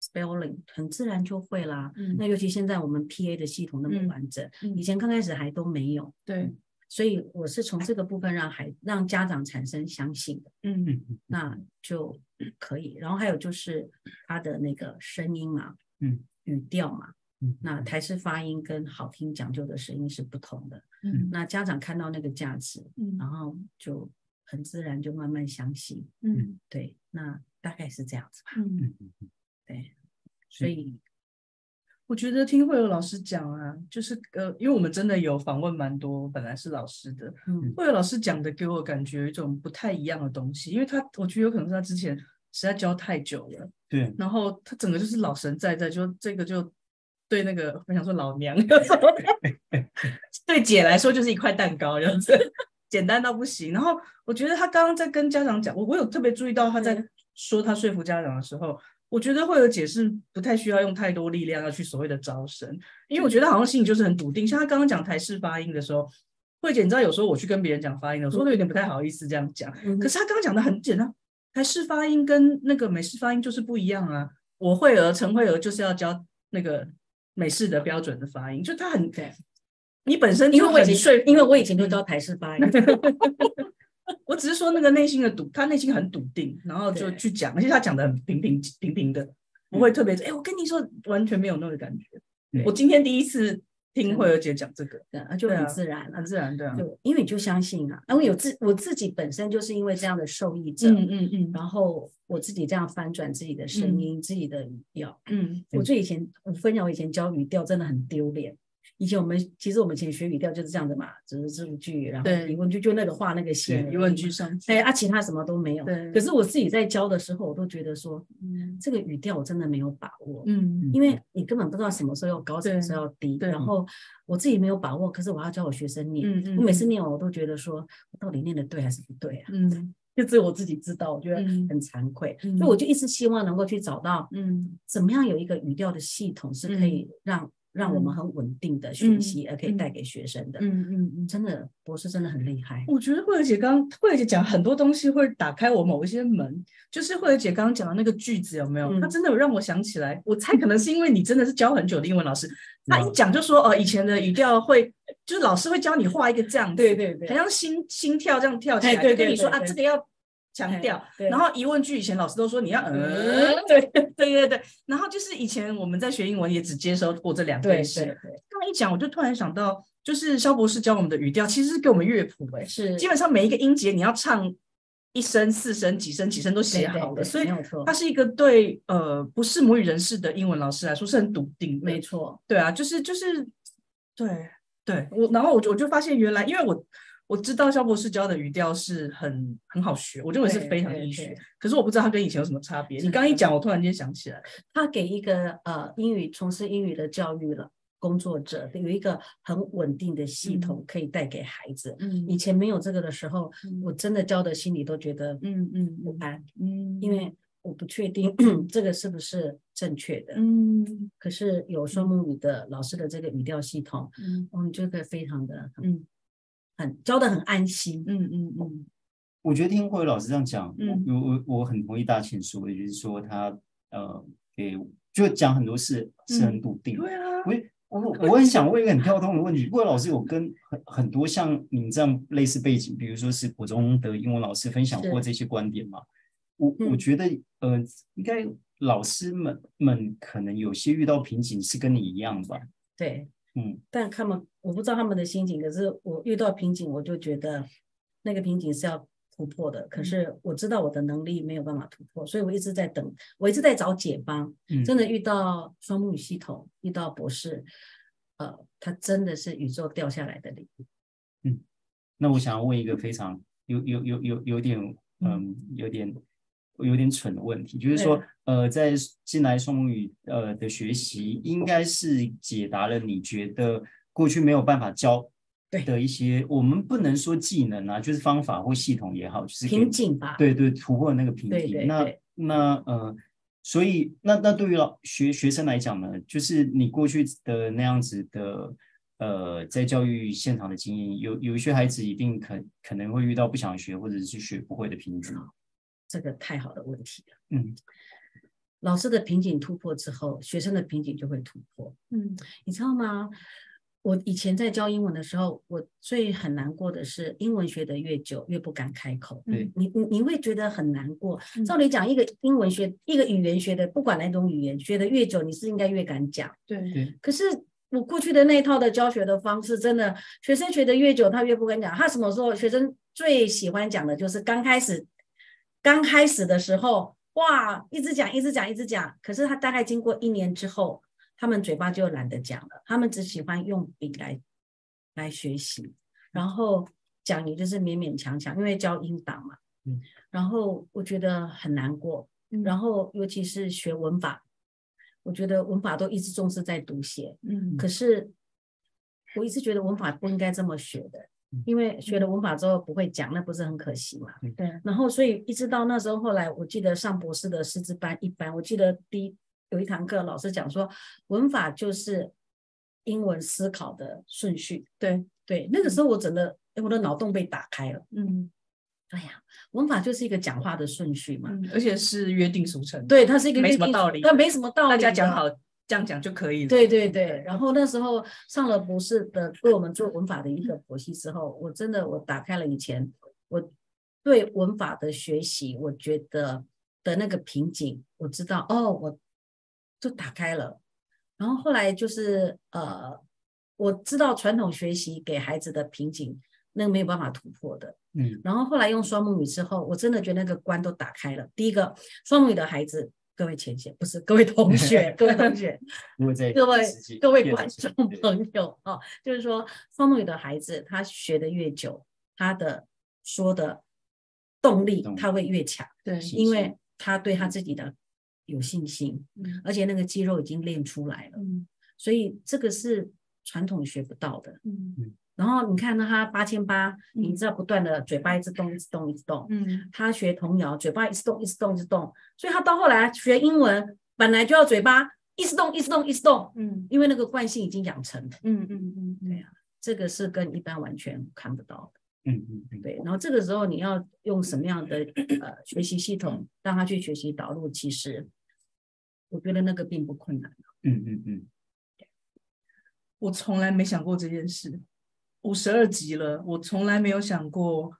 Speaker 4: spelling，很自然就会啦。
Speaker 7: 嗯，
Speaker 4: 那尤其现在我们 PA 的系统那么
Speaker 7: 嗯
Speaker 4: 完整，
Speaker 7: 嗯
Speaker 4: 以前刚开始还都没有，
Speaker 7: 对，
Speaker 4: 所以我是从这个部分让孩让家长产生相信的，
Speaker 7: 嗯
Speaker 2: 嗯嗯
Speaker 4: 那就可以。然后还有就是他的那个声音嘛，
Speaker 2: 嗯，
Speaker 4: 语调嘛，
Speaker 2: 嗯，
Speaker 4: 那台式发音跟好听讲究的声音是不同的。
Speaker 7: 嗯
Speaker 4: 那家长看到那个价值，
Speaker 7: 嗯
Speaker 4: 然后就很自然就慢慢相信。
Speaker 7: 嗯
Speaker 4: 对，那大概是这样子吧。
Speaker 7: 嗯。
Speaker 2: 嗯嗯嗯
Speaker 4: 对，所以
Speaker 3: 我觉得听慧友老师讲啊，就是呃，因为我们真的有访问蛮多本来是老师的，
Speaker 4: 嗯
Speaker 3: 慧友老师讲的给我感觉有一种不太一样的东西，因为他我觉得有可能是他之前实在教太久了，
Speaker 2: 对，
Speaker 3: 然后他整个就是老神在在，就这个就对那个我想说老娘，对姐来说就是一块蛋糕这样子，简单到不行。然后我觉得他刚刚在跟家长讲，我我有特别注意到他在
Speaker 4: 嗯
Speaker 3: 说他说服家长的时候，我觉得会有解释不太需要用太多力量要去所谓的招生，因为我觉得好像心里就是很笃定。像他刚刚讲台式发音的时候。慧姐，你知道有时候我去跟别人讲发音的时候，我都有点不太好意思这样讲。
Speaker 4: 嗯
Speaker 3: 可是他刚刚讲的很简单，台式发音跟那个美式发音就是不一样啊。我会儿陈慧儿就是要教那个美式的标准的发音，就他很
Speaker 4: 对
Speaker 3: 你本身
Speaker 4: 因为
Speaker 3: 就
Speaker 4: 我以
Speaker 3: 很
Speaker 4: 前
Speaker 3: 说服嗯
Speaker 4: 因为我以前就教台式
Speaker 3: [laughs]
Speaker 4: 发音，
Speaker 3: 我只是说那个内心的笃，他内心很笃定，然后就
Speaker 4: 对
Speaker 3: 去讲，而且他讲的很平平平平
Speaker 4: 嗯
Speaker 3: 的，不会特别哎、我跟你说，完全没有那个感觉
Speaker 2: 对。
Speaker 3: 我今天第一次听慧儿姐讲这个，
Speaker 4: 对啊就
Speaker 3: 对啊
Speaker 4: 很自然啊
Speaker 3: 很自然，对啊，
Speaker 4: 就因为你就相信啊，因为有自我自己本身就是因为这样的受益者，
Speaker 3: 嗯嗯
Speaker 4: 然后我自己这样翻转自己的声音、自己的语调。哎
Speaker 3: 嗯
Speaker 4: 我最以前我分享，我以前教语调真的很丢脸。以前我们其实我们以前学语调就是这样的嘛，只是字句，然后
Speaker 3: 对
Speaker 4: 疑问句就那个画那个线而
Speaker 3: 嗯，
Speaker 4: 已，
Speaker 3: 疑问嗯句上去，
Speaker 4: 哎啊，其他什么都没有。
Speaker 3: 对
Speaker 4: 可是我自己在教的时候，我都觉得说
Speaker 7: 嗯
Speaker 4: 这个语调我真的没有把握，
Speaker 3: 嗯
Speaker 4: 因为你根本不知道什么时候要高，什么时候要低。
Speaker 3: 对
Speaker 4: 然后我自己没有把握，可是我要教我学生念，
Speaker 3: 嗯嗯
Speaker 4: 我每次念完我都觉得说，我到底念的对还是不对啊？
Speaker 3: 嗯
Speaker 4: [laughs] 就只有我自己知道，我觉得
Speaker 3: 嗯
Speaker 4: 很惭愧。
Speaker 3: 嗯
Speaker 4: 所以我就一直希望能够去找到
Speaker 3: 嗯
Speaker 4: 怎么样有一个语调的系统是可以让、让我们很稳定的学习，而可以带给学生的。
Speaker 3: 嗯嗯嗯，
Speaker 4: 真的，博士真的很厉害。
Speaker 3: 我觉得慧儿姐刚慧儿姐讲很多东西会打开我某一些门，就是慧儿姐刚刚讲的那个句子有没有？
Speaker 4: 嗯
Speaker 3: 她真的有让我想起来，我猜可能是因为你真的是教很久的英文老师，她
Speaker 4: 嗯
Speaker 3: 一讲就说哦、呃以前的语调会，就是老师会教你画一个这样子，
Speaker 4: 对
Speaker 3: 好，像心心跳这样跳起来，
Speaker 4: 哎对
Speaker 3: 就跟
Speaker 4: 对
Speaker 3: 你说
Speaker 4: 对
Speaker 3: 啊，
Speaker 4: 对哎
Speaker 3: 这个要强调。
Speaker 4: 对
Speaker 3: 然后疑问句以前老师都说你要嗯
Speaker 4: 嗯，
Speaker 3: [laughs] 对对对对。然后就是以前我们在学英文也只接收过这两
Speaker 4: 对
Speaker 3: 件事
Speaker 4: 对。
Speaker 3: 刚刚一讲，我就突然想到，就是肖博士教我们的语调，其实是给我们乐谱哎、
Speaker 4: 对，是
Speaker 3: 基本上每一个音节你要唱一声、四声、几声、几声都
Speaker 4: 对
Speaker 3: 写
Speaker 4: 对
Speaker 3: 好的，
Speaker 4: 对
Speaker 3: 所以
Speaker 4: 没有错
Speaker 3: 他，是一个对呃不是母语人士的英文老师来说是很笃定的。
Speaker 4: 没错，
Speaker 3: 对啊，就是就是，对对，我然后我就我就发现原来，因为我我知道肖博士教的语调是很很好学，我认为是
Speaker 4: 对
Speaker 3: 非常
Speaker 4: 对
Speaker 3: 易
Speaker 4: 对
Speaker 3: 学，可是我不知道它跟以前有什么差别。你刚一讲，我突然间想起来，
Speaker 4: 他给一个呃英语从事英语的教育了工作者有一个很稳定的系统可以带给孩子。以
Speaker 3: 嗯
Speaker 4: 前没有这个的时候，我真的教的心里都觉得
Speaker 3: 嗯嗯
Speaker 4: 不安，
Speaker 3: 嗯
Speaker 4: 因为我不确定这个是不是正确的。
Speaker 3: 嗯
Speaker 4: 可是有双母语的老师的这个语调系统，
Speaker 3: 嗯
Speaker 4: 我们觉得非常的
Speaker 3: 嗯
Speaker 4: 嗯，很教的很安心。
Speaker 3: 嗯嗯嗯
Speaker 2: 我觉得听慧老师这样讲，
Speaker 3: 嗯
Speaker 2: 我我我很同意大庆说的，就是说他呃给就讲很多事是很笃定的。
Speaker 3: 嗯对啊，
Speaker 2: [laughs]
Speaker 4: 哦
Speaker 2: 我我我很想问一个很跳通的问题，魏老师有跟很很多像你这样类似背景，比如说是国中的英文老师分享过
Speaker 4: 是
Speaker 2: 这些观点吗？我我
Speaker 4: 嗯
Speaker 2: 觉得，呃，应该老师们们可能有些遇到瓶颈是跟你一样吧，
Speaker 4: 对，
Speaker 2: 嗯，
Speaker 4: 但他们我不知道他们的心情，可是我遇到瓶颈，我就觉得那个瓶颈是要突破的。可是我知道我的能力没有办法突破，所以我一直在等，我一直在找解方。
Speaker 2: 嗯
Speaker 4: 真的遇到双母语系统，遇到博士，呃，他真的是宇宙掉下来的礼物。
Speaker 2: 那我想要问一个非常有有有有有点嗯有点有点蠢的问题，就是说呃，在进来双母语呃的学习，应该是解答了你觉得过去没有办法教
Speaker 4: 对
Speaker 2: 的一些，我们不能说技能啊，就是方法或系统也好，就是给
Speaker 4: 瓶颈吧，
Speaker 2: 对对突破那个瓶
Speaker 4: 对对
Speaker 2: 颈。那
Speaker 4: 对
Speaker 2: 那呃，所以那那对于老学学生来讲呢，就是你过去的那样子的呃，在教育现场的经验，有有一些孩子一定可可能会遇到不想学或者是学不会的瓶颈。
Speaker 4: 这个太好的问题了。
Speaker 2: 嗯
Speaker 4: 老师的瓶颈突破之后，学生的瓶颈就会突破。
Speaker 3: 嗯
Speaker 4: 你知道吗？我以前在教英文的时候，我最很难过的是，英文学得越久，越不敢开口。
Speaker 2: 对
Speaker 4: 你你你会觉得很难过
Speaker 3: 嗯。
Speaker 4: 照理讲，一个英文学一个语言学的，不管哪种语言，学得越久，你是应该越敢讲。
Speaker 3: 对
Speaker 2: 对
Speaker 4: 可是我过去的那一套的教学的方式，真的学生学得越久，他越不敢讲。他什么时候学生最喜欢讲的就是刚开始，刚开始的时候，哇，一直讲，一直讲，一直讲。可是他大概经过一年之后，他们嘴巴就懒得讲了，他们只喜欢用笔来来学习，然后讲也就是勉勉强强，因为教英档嘛。
Speaker 2: 嗯。
Speaker 4: 然后我觉得很难过，
Speaker 3: 嗯
Speaker 4: 然后尤其是学文法，我觉得文法都一直重视在读写，
Speaker 3: 嗯
Speaker 4: 可是我一直觉得文法不应该这么学的
Speaker 2: 嗯，
Speaker 4: 因为学了文法之后不会讲，那不是很可惜嘛？
Speaker 2: 嗯
Speaker 3: 对
Speaker 4: 然后所以一直到那时候，后来我记得上博士的师资班一班，我记得第一有一堂课老师讲说，文法就是英文思考的顺序。
Speaker 3: 对
Speaker 4: 对，那个时候我整个诶我的脑洞被打开了。
Speaker 3: 嗯
Speaker 4: 对呀、文法就是一个讲话的顺序嘛。
Speaker 3: 嗯，而且是约定俗成，，
Speaker 4: 对，它是一个
Speaker 3: 没什么
Speaker 4: 约定
Speaker 3: 道理
Speaker 4: 它没什么道理
Speaker 3: 大
Speaker 4: 的。
Speaker 3: 家讲好这样讲就可以了。
Speaker 4: 对对对，然后那时候上了博士的，为我们做文法的一个剖析之后，我真的我打开了以前我对文法的学习，我觉得的那个瓶颈，我知道哦，我就打开了。然后后来就是呃，我知道传统学习给孩子的瓶颈，那个没有办法突破的。
Speaker 2: 嗯
Speaker 4: 然后后来用双母语之后，我真的觉得那个关都打开了。第一个，双母语的孩子，各位前线不是各位同 [laughs] 学，各位同学。
Speaker 2: 如果在
Speaker 4: 各位
Speaker 2: 实际
Speaker 4: 各位
Speaker 2: 变
Speaker 4: 观
Speaker 2: 成
Speaker 4: 众
Speaker 2: 对
Speaker 4: 朋友啊，就是说，双母语的孩子，他学的越久，他的说的动力
Speaker 2: 动力
Speaker 4: 他会越强，
Speaker 3: 对
Speaker 2: 信
Speaker 4: 因
Speaker 2: 心
Speaker 4: 为他对他自己的有信心，
Speaker 3: 嗯
Speaker 4: 而且那个肌肉已经练出来了。
Speaker 3: 嗯
Speaker 4: 所以这个是传统学不到的。
Speaker 3: 嗯
Speaker 4: 然后你看他八千八，你知道不断的嘴巴一直动，一直动，一直动。
Speaker 3: 嗯
Speaker 4: 他学童谣，嘴巴一直动，一直动，一直动，所以他到后来学英文，本来就要嘴巴一直动，一直动，一直动，
Speaker 3: 嗯
Speaker 4: 因为那个惯性已经养成了。啊
Speaker 3: 嗯嗯嗯，
Speaker 4: 这个是跟一般完全看不到
Speaker 2: 嗯嗯嗯
Speaker 4: 的，对。然后这个时候你要用什么样的呃学习系统让他去学习导入，其实我觉得那个并不困难。
Speaker 2: 嗯嗯嗯，
Speaker 3: 我从来没想过这件事。五十二级了，我从来没有想过，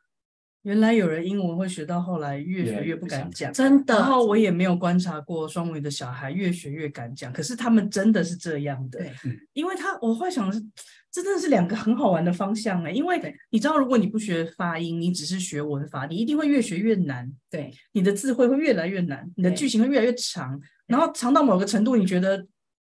Speaker 3: 原来有人英文会学到后来越
Speaker 2: 越来
Speaker 3: 学
Speaker 2: 越
Speaker 3: 越不
Speaker 2: 不
Speaker 3: 敢
Speaker 2: 想
Speaker 3: 讲。
Speaker 4: 真的，
Speaker 3: 然后我也没有观察过双母语的小孩越学越敢讲，可是他们真的是这样的
Speaker 4: 对。
Speaker 3: 因为他我会想的是，这真的是两个很好玩的方向哎、因为你知道，如果你不学发音，你只是学文法，你一定会越学越难，
Speaker 4: 对
Speaker 3: 你的字汇会越来越难，你的
Speaker 4: 对
Speaker 3: 句型会越来越长，然后长到某个程度，你觉得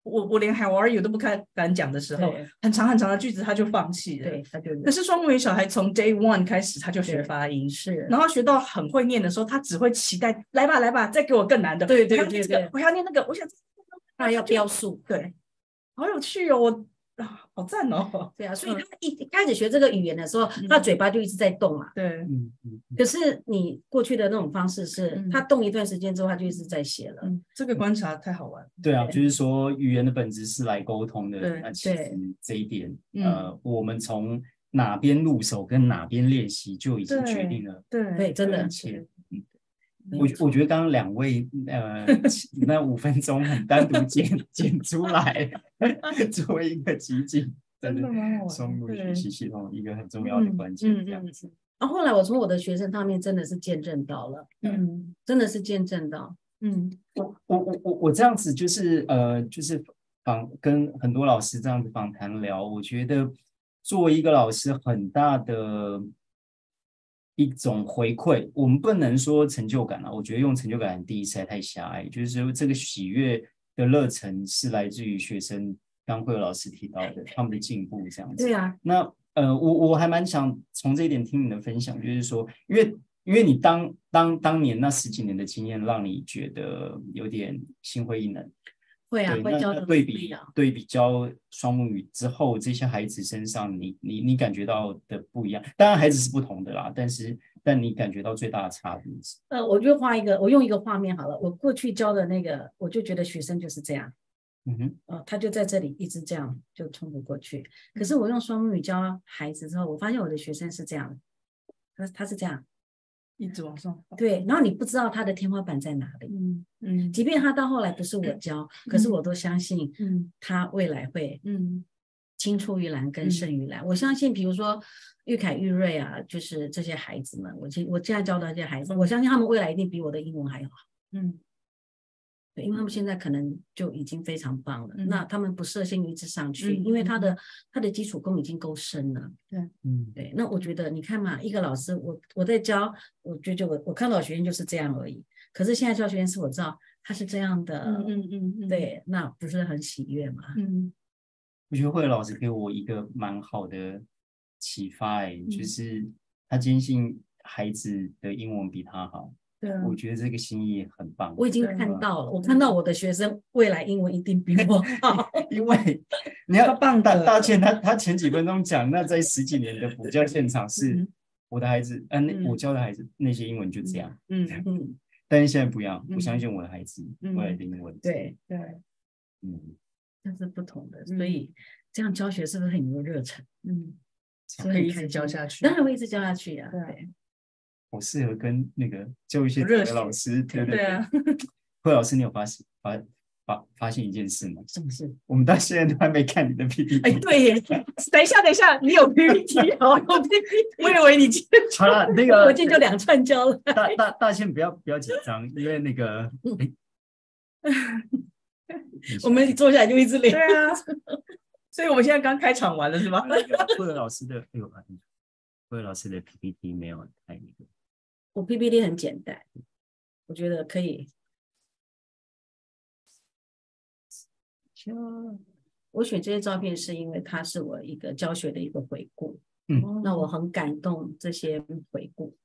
Speaker 3: 我我连 How are you 都不敢敢讲的时候，
Speaker 4: 对
Speaker 3: 很长很长的句子他就放弃了。
Speaker 4: 对，他就
Speaker 3: 可是双母语小孩从 day one 开始他就学
Speaker 4: 对
Speaker 3: 发音，
Speaker 4: 是
Speaker 3: 然后学到很会念的时候，他只会期待来吧来吧，再给我更难的。
Speaker 4: 对对
Speaker 3: 我要念
Speaker 4: 对
Speaker 3: 这个
Speaker 4: 对
Speaker 3: 我要念那个，我想
Speaker 4: 他要标速。
Speaker 3: 对，好有趣哦，我啊好赞哦。
Speaker 4: [laughs] 对啊，所以
Speaker 3: 嗯
Speaker 4: 他一开始学这个语言的时候，他
Speaker 3: 嗯
Speaker 4: 嘴巴就一直在动嘛。
Speaker 3: 对，
Speaker 2: 嗯嗯嗯，
Speaker 4: 可是你过去的那种方式是
Speaker 3: 嗯，
Speaker 4: 他动一段时间之后，他就一直在写了。
Speaker 3: 嗯，这个观察太好玩了。
Speaker 2: 对啊，就是说语言的本质是来沟通的。
Speaker 3: 对
Speaker 2: 那其
Speaker 4: 对
Speaker 2: 实这一点，
Speaker 3: 嗯
Speaker 2: 呃，我们从哪边入手跟哪边练习就已经决
Speaker 3: 对
Speaker 2: 定了。
Speaker 3: 对
Speaker 4: 对真的
Speaker 3: 对
Speaker 2: 是
Speaker 3: 对
Speaker 2: 我我觉得刚刚两位呃那五分钟很单独剪剪出来，作为一个集锦，真
Speaker 3: 真
Speaker 2: 的
Speaker 3: 的蛮好玩的。
Speaker 2: 双语学
Speaker 3: 对
Speaker 2: 习系统一个很重要的
Speaker 4: 嗯
Speaker 2: 关键。
Speaker 3: 嗯
Speaker 2: 这样子，
Speaker 4: 然后后来我从我的学生上面真的是见证到了，
Speaker 3: 嗯
Speaker 4: 真的是见证到，
Speaker 3: 嗯
Speaker 2: 我我我我我这样子就是呃就是访跟很多老师这样子访谈聊，我觉得作为一个老师很大的。一种回馈，我们不能说成就感啊，我觉得用成就感的定义实在太狭隘，就是说这个喜悦的热忱是来自于学生，刚刚慧有老师提到的他们的进步这样子。
Speaker 4: 对啊，
Speaker 2: 那呃，我我还蛮想从这一点听你的分享，就是说，因为因为你当当当年那十几年的经验，让你觉得有点心灰意冷。
Speaker 4: 会啊
Speaker 2: 对，，
Speaker 4: 会
Speaker 2: 那
Speaker 4: 教
Speaker 2: 那
Speaker 4: 的
Speaker 2: 对
Speaker 4: 不一
Speaker 2: 比
Speaker 4: 样
Speaker 2: 对比教双母语之后，这些孩子身上你，你你感觉到的不一样。当然，孩子是不同的啦，但是但你感觉到最大的差别是，
Speaker 4: 呃，我就画一个，我用一个画面好了。我过去教的那个，我就觉得学生就是这样，
Speaker 2: 嗯哼，
Speaker 4: 呃，他就在这里一直这样就冲不过去。可是我用双母语教孩子之后，我发现我的学生是这样，他他是这样，
Speaker 3: 一直往上爬。
Speaker 4: 对，然后你不知道他的天花板在哪里。
Speaker 3: 嗯嗯
Speaker 4: 即便他到后来不是我教，可是我都相信
Speaker 3: 嗯
Speaker 4: 他未来会
Speaker 3: 嗯
Speaker 4: 青出于蓝更胜于蓝。我相信，比如说玉凯、玉瑞啊，就是这些孩子们，我现我现在教的这些孩子，我相信他们未来一定比我的英文还要好，
Speaker 3: 嗯
Speaker 4: 对因为他们现在可能就已经非常棒了。
Speaker 3: 嗯
Speaker 4: 那他们不设限于一直上去，
Speaker 3: 嗯
Speaker 4: 因为他的、
Speaker 3: 嗯
Speaker 4: 他的基础功已经够深了。
Speaker 2: 嗯
Speaker 4: 对，那我觉得你看嘛，一个老师，我我在教，我觉得我我看到学生就是这样而已。可是现在教学生是我知道他是这样的，
Speaker 3: 嗯嗯嗯嗯，
Speaker 4: 对，那不是很喜悦嘛？
Speaker 3: 嗯
Speaker 2: 我觉得慧儿老师给我一个蛮好的启发、欸，就
Speaker 3: 嗯
Speaker 2: 是他坚信孩子的英文比他好，
Speaker 3: 对啊
Speaker 2: 我觉得这个心意很棒。
Speaker 4: 我已经
Speaker 3: 对啊嗯
Speaker 4: 看到了，我看到我的学生未来英文一定比
Speaker 3: [laughs]
Speaker 4: 我好。
Speaker 2: 因为你要
Speaker 3: 超棒
Speaker 2: 大
Speaker 3: 的
Speaker 2: 大倩，她她前几分钟讲，那在十几年的补教现场是
Speaker 3: 嗯
Speaker 2: 我的孩子，嗯、那
Speaker 3: 嗯
Speaker 2: 我教的孩子那些英文就这样，
Speaker 3: 嗯
Speaker 4: 嗯，
Speaker 2: 但是现在不一样，我
Speaker 3: 嗯
Speaker 2: 相信我的孩子未来
Speaker 3: 嗯
Speaker 2: 的英文。，
Speaker 4: [laughs] 对，
Speaker 3: 对
Speaker 2: 嗯，
Speaker 4: 这是不同的，所以这样教学是不是很有热忱？
Speaker 3: 嗯，
Speaker 4: 所
Speaker 3: 可以一
Speaker 4: 开
Speaker 3: 直教
Speaker 4: 心，
Speaker 3: 下去。
Speaker 2: [laughs]
Speaker 4: 当然会一直教下去啊。
Speaker 3: 对啊
Speaker 4: 对，
Speaker 2: 我适合跟那个教育现
Speaker 3: 热
Speaker 2: 场的
Speaker 3: 血
Speaker 2: 老师，对
Speaker 3: 对
Speaker 2: [laughs]
Speaker 3: 啊，
Speaker 2: 慧老师，你有发现发发发现一件事吗？
Speaker 4: 是不是？
Speaker 2: 我们到现在都还没看你的 PPT。
Speaker 3: 哎，对耶，等一下，等一下，你有 PPT 哦，有
Speaker 4: [laughs]
Speaker 3: PPT，我以为你今天
Speaker 2: 好了，那
Speaker 4: 我
Speaker 3: [laughs]
Speaker 2: 个
Speaker 4: 今天就两串教了。
Speaker 2: 大大大仙不要不要紧张，因为那个哎
Speaker 3: 嗯 [laughs]
Speaker 4: 我们一坐下来就一直
Speaker 3: 对
Speaker 4: 连。
Speaker 3: 啊，所以我们现在刚开场完
Speaker 2: [laughs]
Speaker 3: 了是吧？
Speaker 2: 那个慧儿老师的，哎呦，慧儿老师的 PPT 没有太那个，
Speaker 4: 我 PPT 很简单，我觉得可以。我选这些照片是因为它是我一个教学的一个回顾，
Speaker 2: 嗯
Speaker 4: 那我很感动这些回顾。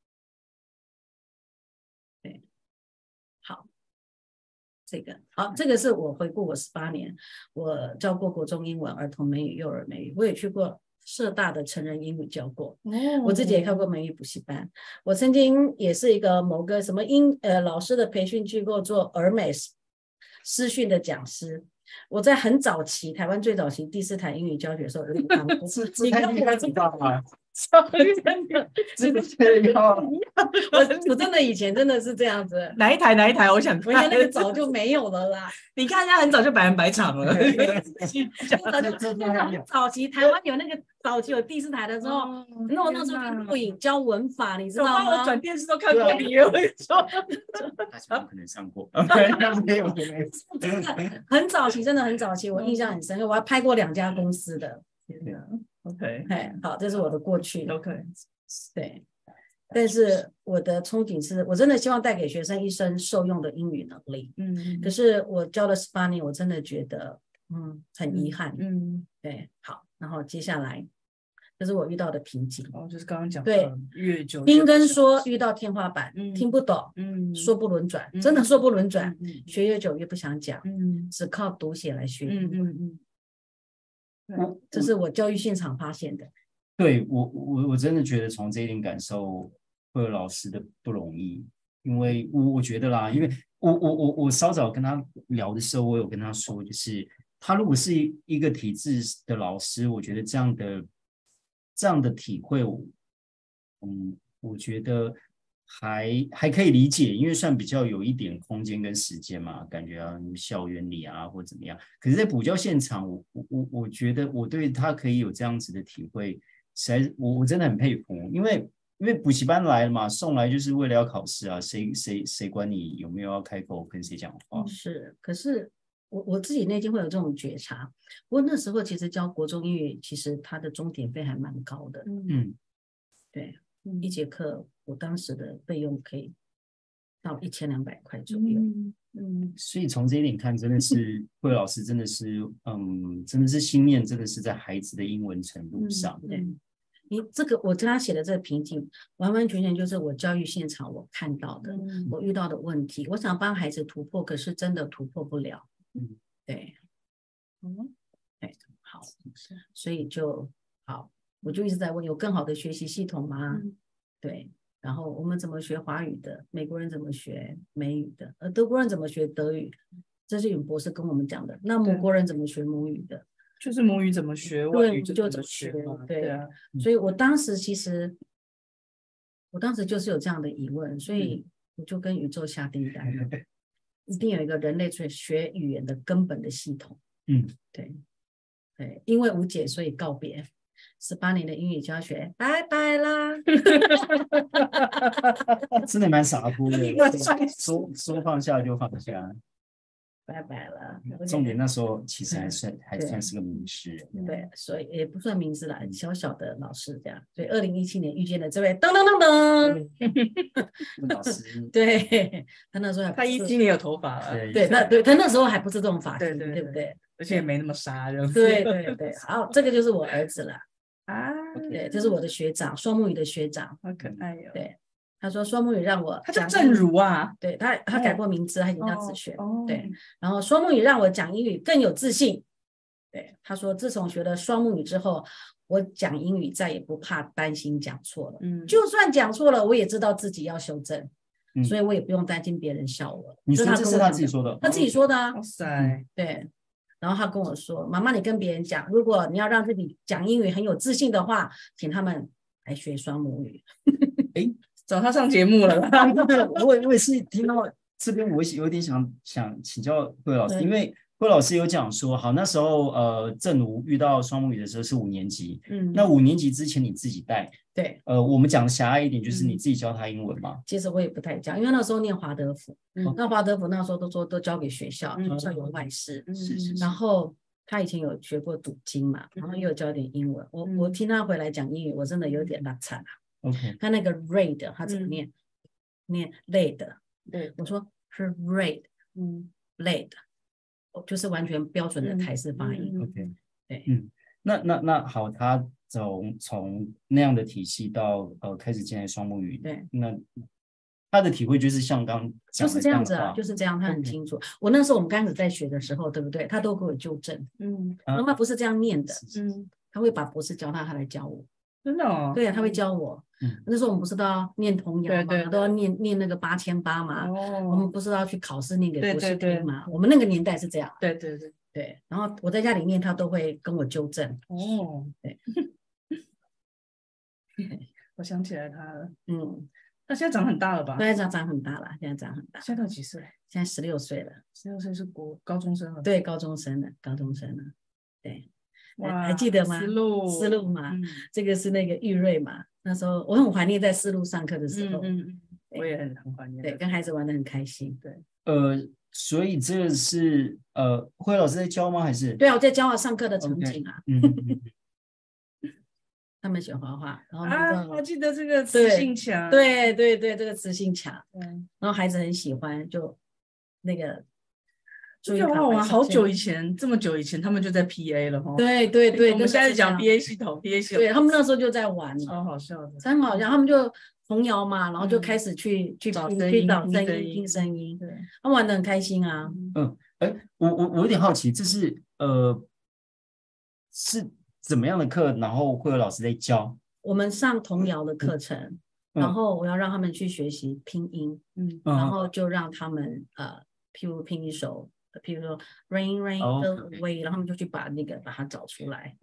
Speaker 4: 对，好，这个好，这个是我回顾我十八年，我教过国中英文、儿童美语、幼儿美语，我也去过社大的成人英语教过，我自己也开过美语补习班，我曾经也是一个某个什么英呃老师的培训机构做儿美私私训的讲师。我在很早期，台湾最早期第四台英语教学的时候，有点 [laughs] 当过你看我这
Speaker 2: 道吗？
Speaker 4: 真
Speaker 3: [laughs]
Speaker 4: 的，
Speaker 2: 这个这个，
Speaker 4: [laughs] 我我真的以前真的是这样子，
Speaker 5: 哪一台哪一台？我想
Speaker 4: 我觉得
Speaker 5: 看
Speaker 4: 那个早
Speaker 3: [laughs]
Speaker 4: 就没有了 [laughs] 啦。
Speaker 5: 你看人家很早就百人百场了，
Speaker 4: 早 [laughs] 就
Speaker 2: 这
Speaker 4: 那种早期台湾有那个早期有第四台的时候，那我那时候看录影教文法，你知
Speaker 5: 我
Speaker 4: 道
Speaker 5: 帮我
Speaker 4: 吗？
Speaker 5: 转电视都看过，你也会说。
Speaker 2: 大家可能上 [laughs] 过，没有没 [laughs] 有，
Speaker 4: 真的很早期，真的很早期，我印象很深刻。我还拍过两家公司的，
Speaker 3: [laughs] 啊
Speaker 5: OK
Speaker 4: 哎，好，这是我的过去。
Speaker 5: OK，
Speaker 4: 对，但是我的憧憬是我真的希望带给学生一生受用的英语能力。
Speaker 5: 嗯
Speaker 4: 可是我教了十八年，我真的觉得，嗯，很遗憾。
Speaker 5: 嗯，
Speaker 4: 对，好，然后接下来这是我遇到的瓶颈。
Speaker 3: 然后哦就是刚刚讲
Speaker 4: 对
Speaker 3: 的越久
Speaker 4: 听跟说遇到天花板，
Speaker 3: 嗯
Speaker 4: 听不懂，
Speaker 3: 嗯
Speaker 4: 说不轮转，
Speaker 3: 嗯
Speaker 4: 真的说不轮转，
Speaker 3: 嗯
Speaker 4: 学越久越不想讲，
Speaker 3: 嗯
Speaker 4: 只靠读写来学
Speaker 3: 嗯
Speaker 4: 英文。
Speaker 3: 嗯
Speaker 2: 我
Speaker 4: 这是我教育现场发现的。
Speaker 2: 对我我我真的觉得从这一点感受会有老师的不容易，因为我我觉得啦，因为我我我我稍早跟他聊的时候，我有跟他说，就是他如果是一一个体制的老师，我觉得这样的这样的体会，我嗯，我觉得还还可以理解，因为算比较有一点空间跟时间嘛，感觉啊，校园里啊或怎么样。可是，在补教现场，我我我我觉得我对他可以有这样子的体会，实在是我我真的很佩服，因为因为补习班来了嘛，送来就是为了要考试啊，谁谁谁管你有没有要开口跟谁讲
Speaker 3: 哦
Speaker 2: 话？
Speaker 4: 是，可是我我自己内心会有这种觉察。不过那时候其实教国中英语，其实它的钟点费还蛮高的，
Speaker 2: 嗯，
Speaker 4: 一节课我当时的费用可以到一千两百块左右。
Speaker 3: 嗯嗯
Speaker 2: 所以从这一点看，真的是慧老师真的是，嗯，真的是心念真的是在孩子的英文程
Speaker 4: 嗯
Speaker 2: 度
Speaker 3: 嗯
Speaker 2: 上，
Speaker 4: 对你这个我跟他写的这个瓶颈，完完全全就是我教育现场我看到的。
Speaker 3: 嗯
Speaker 4: 我遇到的问题，我想帮孩子突破，可是真的突破不了。
Speaker 2: 嗯，
Speaker 4: 对，啊
Speaker 3: 嗯
Speaker 4: 对，好，
Speaker 3: 啊
Speaker 4: 所以就好，我就一直在问，有更好的学习系统吗？
Speaker 3: 嗯
Speaker 4: 对，然后我们怎么学华语的？美国人怎么学美语的？呃，德国人怎么学德语？这是允博士跟我们讲的。那
Speaker 3: 对
Speaker 4: 母国人怎么学母语的？
Speaker 3: 就是母语怎么学，
Speaker 4: 对
Speaker 3: 外语
Speaker 4: 就
Speaker 3: 怎
Speaker 4: 怎
Speaker 3: 么
Speaker 4: 么
Speaker 3: 学
Speaker 4: 学
Speaker 3: 嘛，
Speaker 4: 对
Speaker 3: 对啊，
Speaker 4: 所以我当时其实，我当时就是有这样的疑问，
Speaker 3: 嗯
Speaker 4: 所以我就跟宇宙下订
Speaker 3: [laughs]
Speaker 4: 单了，一定有一个人类学学语言的根本的系统。
Speaker 2: 嗯，
Speaker 4: 对，对，因为无解，所以告别十八年的英语教学，拜拜啦。
Speaker 2: [laughs] 真的蛮洒脱的 [laughs]
Speaker 5: 我算，
Speaker 2: 说说放下就放下。
Speaker 4: 拜拜了。
Speaker 3: 嗯
Speaker 4: 我
Speaker 2: 重
Speaker 4: 觉
Speaker 2: 点嗯
Speaker 4: 得
Speaker 2: 那时候其实还算还
Speaker 4: 对
Speaker 2: 算是个名 [laughs] 师，
Speaker 4: 对，所以也不算名字
Speaker 3: 嗯
Speaker 4: 啦，小小的老师这样。所以二零一七年遇见了这位，噔噔噔
Speaker 3: 嗯
Speaker 2: 老师 [laughs]
Speaker 4: 噔，对 [laughs] 他那时候还不
Speaker 3: 他一
Speaker 4: 是
Speaker 3: 七年有头发了，
Speaker 2: 对
Speaker 4: 对，那对他那时候还不是这种发型，
Speaker 3: 对对
Speaker 4: 对不
Speaker 3: 对
Speaker 4: 对？
Speaker 3: 而且也没那么沙，
Speaker 2: [laughs]
Speaker 3: 这样子
Speaker 4: 对对对，好，这个就是我儿子了，
Speaker 3: [laughs] 啊，
Speaker 4: 对，这是我的学长，双母语的学长，
Speaker 3: 好可爱哟，
Speaker 4: 对，他说双母语让我
Speaker 3: 他叫
Speaker 4: 讲
Speaker 3: 正，如啊，
Speaker 4: 对他他改过名字，他已经叫子
Speaker 3: 哦
Speaker 4: 轩，
Speaker 3: 哦
Speaker 4: 对，然后双母语让我讲英语更有自信，对，他说自从学了双母语之后，我讲英语再也不怕担心讲错了，
Speaker 3: 嗯，
Speaker 4: 就算讲错了，我也知道自己要修正
Speaker 2: 嗯。
Speaker 4: 所以我也不用担心别人笑我。
Speaker 2: 你
Speaker 4: 这
Speaker 2: 说
Speaker 4: 是他
Speaker 2: 这是
Speaker 4: 跟我
Speaker 2: 他
Speaker 4: 讲
Speaker 2: 自己
Speaker 4: 的
Speaker 2: 说的，
Speaker 4: 他自己说的啊。
Speaker 3: 哇塞，
Speaker 4: 对，然后他跟我说：“妈妈，你跟别人讲，如果你要让自己讲英语很有自信的话，请他们来学双母语。
Speaker 3: 找他上节目了啦，
Speaker 2: 对， [laughs] 我也我也是听到这边，我有点想想请教魏老师，
Speaker 4: 对
Speaker 2: 因为魏老师有讲说，好那时候呃正如遇到双母语的时候是五年级，”
Speaker 4: 嗯，
Speaker 2: 那五年级之前你自己带，
Speaker 4: 对，
Speaker 2: 呃我们讲狭隘一点就是你自己教他英文嘛，
Speaker 4: 其实我也不太讲，因为那时候念华德福，
Speaker 3: 嗯
Speaker 4: 那华德福那时候都说都交给学校，
Speaker 3: 嗯
Speaker 4: 学校有外事，
Speaker 2: 是是是
Speaker 4: 然后。他以前有学过读经嘛，然后
Speaker 3: 嗯
Speaker 4: 又有教点英文。我我
Speaker 3: 嗯
Speaker 4: 听他回来讲英语，我真的有点拉惨啊。
Speaker 2: ，OK，
Speaker 4: 他那个 read 他怎么
Speaker 3: 嗯
Speaker 4: 念？念 read，
Speaker 3: 对，
Speaker 4: 我说是 read
Speaker 3: 嗯，
Speaker 4: read，哦就是完全标准的台式发音。
Speaker 3: 嗯
Speaker 2: OK，
Speaker 4: 对
Speaker 2: 嗯，那那那好，他从从那样的体系到呃开始进来双母语，
Speaker 4: 对，
Speaker 2: 那他的体会就是像刚讲
Speaker 4: 就是
Speaker 2: 的
Speaker 4: 这样
Speaker 2: 的
Speaker 4: 子啊
Speaker 2: 话，
Speaker 4: 就是这样，他很
Speaker 2: OK
Speaker 4: 清楚。我那时候我们刚开始在学的时候，对不对？他都给我纠正，
Speaker 3: 嗯
Speaker 2: 啊
Speaker 4: 妈妈不是这样念的，
Speaker 3: 嗯，
Speaker 4: 他会把博士教他，他来教我。
Speaker 3: 真的哦，
Speaker 4: 对呀、啊他会教我。
Speaker 2: 嗯
Speaker 4: 那时候我们不是都要念童谣
Speaker 3: 对
Speaker 4: 嘛，
Speaker 3: 对
Speaker 4: 都要念念那个八千八嘛，我
Speaker 3: 哦
Speaker 4: 们，不是要去考试念给
Speaker 3: 对
Speaker 4: 博士
Speaker 3: 对对
Speaker 4: 听嘛？我们那个年代是这样。
Speaker 3: 对对对，
Speaker 4: 对，然后我在家里念，他都会跟我纠正。
Speaker 3: 哦，对， [laughs] 我想起来他了，
Speaker 4: 嗯，
Speaker 3: 他现在长很大了吧？
Speaker 4: 现在长长很大了，现在长很大，
Speaker 3: 现在到几岁？
Speaker 4: 现在十六岁了，
Speaker 3: 十六岁是国高中生了，，
Speaker 4: 对，高中生了，高中生了。
Speaker 3: 哇，
Speaker 4: 还记得吗
Speaker 3: 思路，
Speaker 4: 思路嘛
Speaker 3: 嗯，
Speaker 4: 这个是那个玉瑞嘛，那时候我很怀念在思路上课的时
Speaker 3: 嗯
Speaker 4: 候，
Speaker 3: 嗯，嗯我也很很怀念
Speaker 4: 对，
Speaker 3: 的，
Speaker 4: 跟孩子玩的很开心。
Speaker 2: 呃，所以这个是呃，慧老师在教吗？还是
Speaker 4: 对啊，我在教我上课的场
Speaker 2: OK
Speaker 4: 景啊，
Speaker 2: 嗯，嗯嗯
Speaker 4: 他们喜欢画画，然后那
Speaker 3: 啊，我
Speaker 4: 个
Speaker 3: 记得这个磁
Speaker 4: 对
Speaker 3: 性墙，
Speaker 4: 对对对，这个磁性墙，
Speaker 3: 嗯，
Speaker 4: 然后孩子很喜欢，就那个注
Speaker 3: 这
Speaker 4: 意
Speaker 3: 个
Speaker 4: 考
Speaker 3: 好
Speaker 4: 牌
Speaker 3: 玩，
Speaker 4: 上
Speaker 3: 好
Speaker 4: 线
Speaker 3: 久以前，这么久以前，他们就在 PA 了哈。
Speaker 4: 对对对，
Speaker 3: 我
Speaker 4: 就
Speaker 3: 们
Speaker 4: 是
Speaker 3: 现在
Speaker 4: 这
Speaker 3: 讲
Speaker 4: 样
Speaker 3: PA 系统，PA 系统，
Speaker 4: 对他们那时候就在玩嘛，
Speaker 3: 超好笑的，
Speaker 4: 真好笑，他们就童谣嘛，然后
Speaker 3: 嗯
Speaker 4: 就开始去去
Speaker 3: 找
Speaker 4: 拼
Speaker 3: 声
Speaker 4: 去
Speaker 3: 音
Speaker 4: 找
Speaker 3: 听
Speaker 4: 声
Speaker 3: 声
Speaker 4: 音、
Speaker 3: 音
Speaker 4: 听声音，
Speaker 3: 对，
Speaker 4: 他们玩的很开心啊。
Speaker 3: 嗯
Speaker 2: 哎，我我我有点好奇，这是呃是怎么样的课？然后慧老师在教，
Speaker 4: 我们上童谣的课程，
Speaker 2: 嗯
Speaker 4: 然后我要让他们去学习拼音，
Speaker 3: 嗯，
Speaker 2: 嗯
Speaker 4: 然后就让他们呃，譬如拼一首，譬如说 rain rain
Speaker 2: 哦
Speaker 4: go
Speaker 2: ，OK，OK
Speaker 4: away，然后他们就去把那个把它找出来。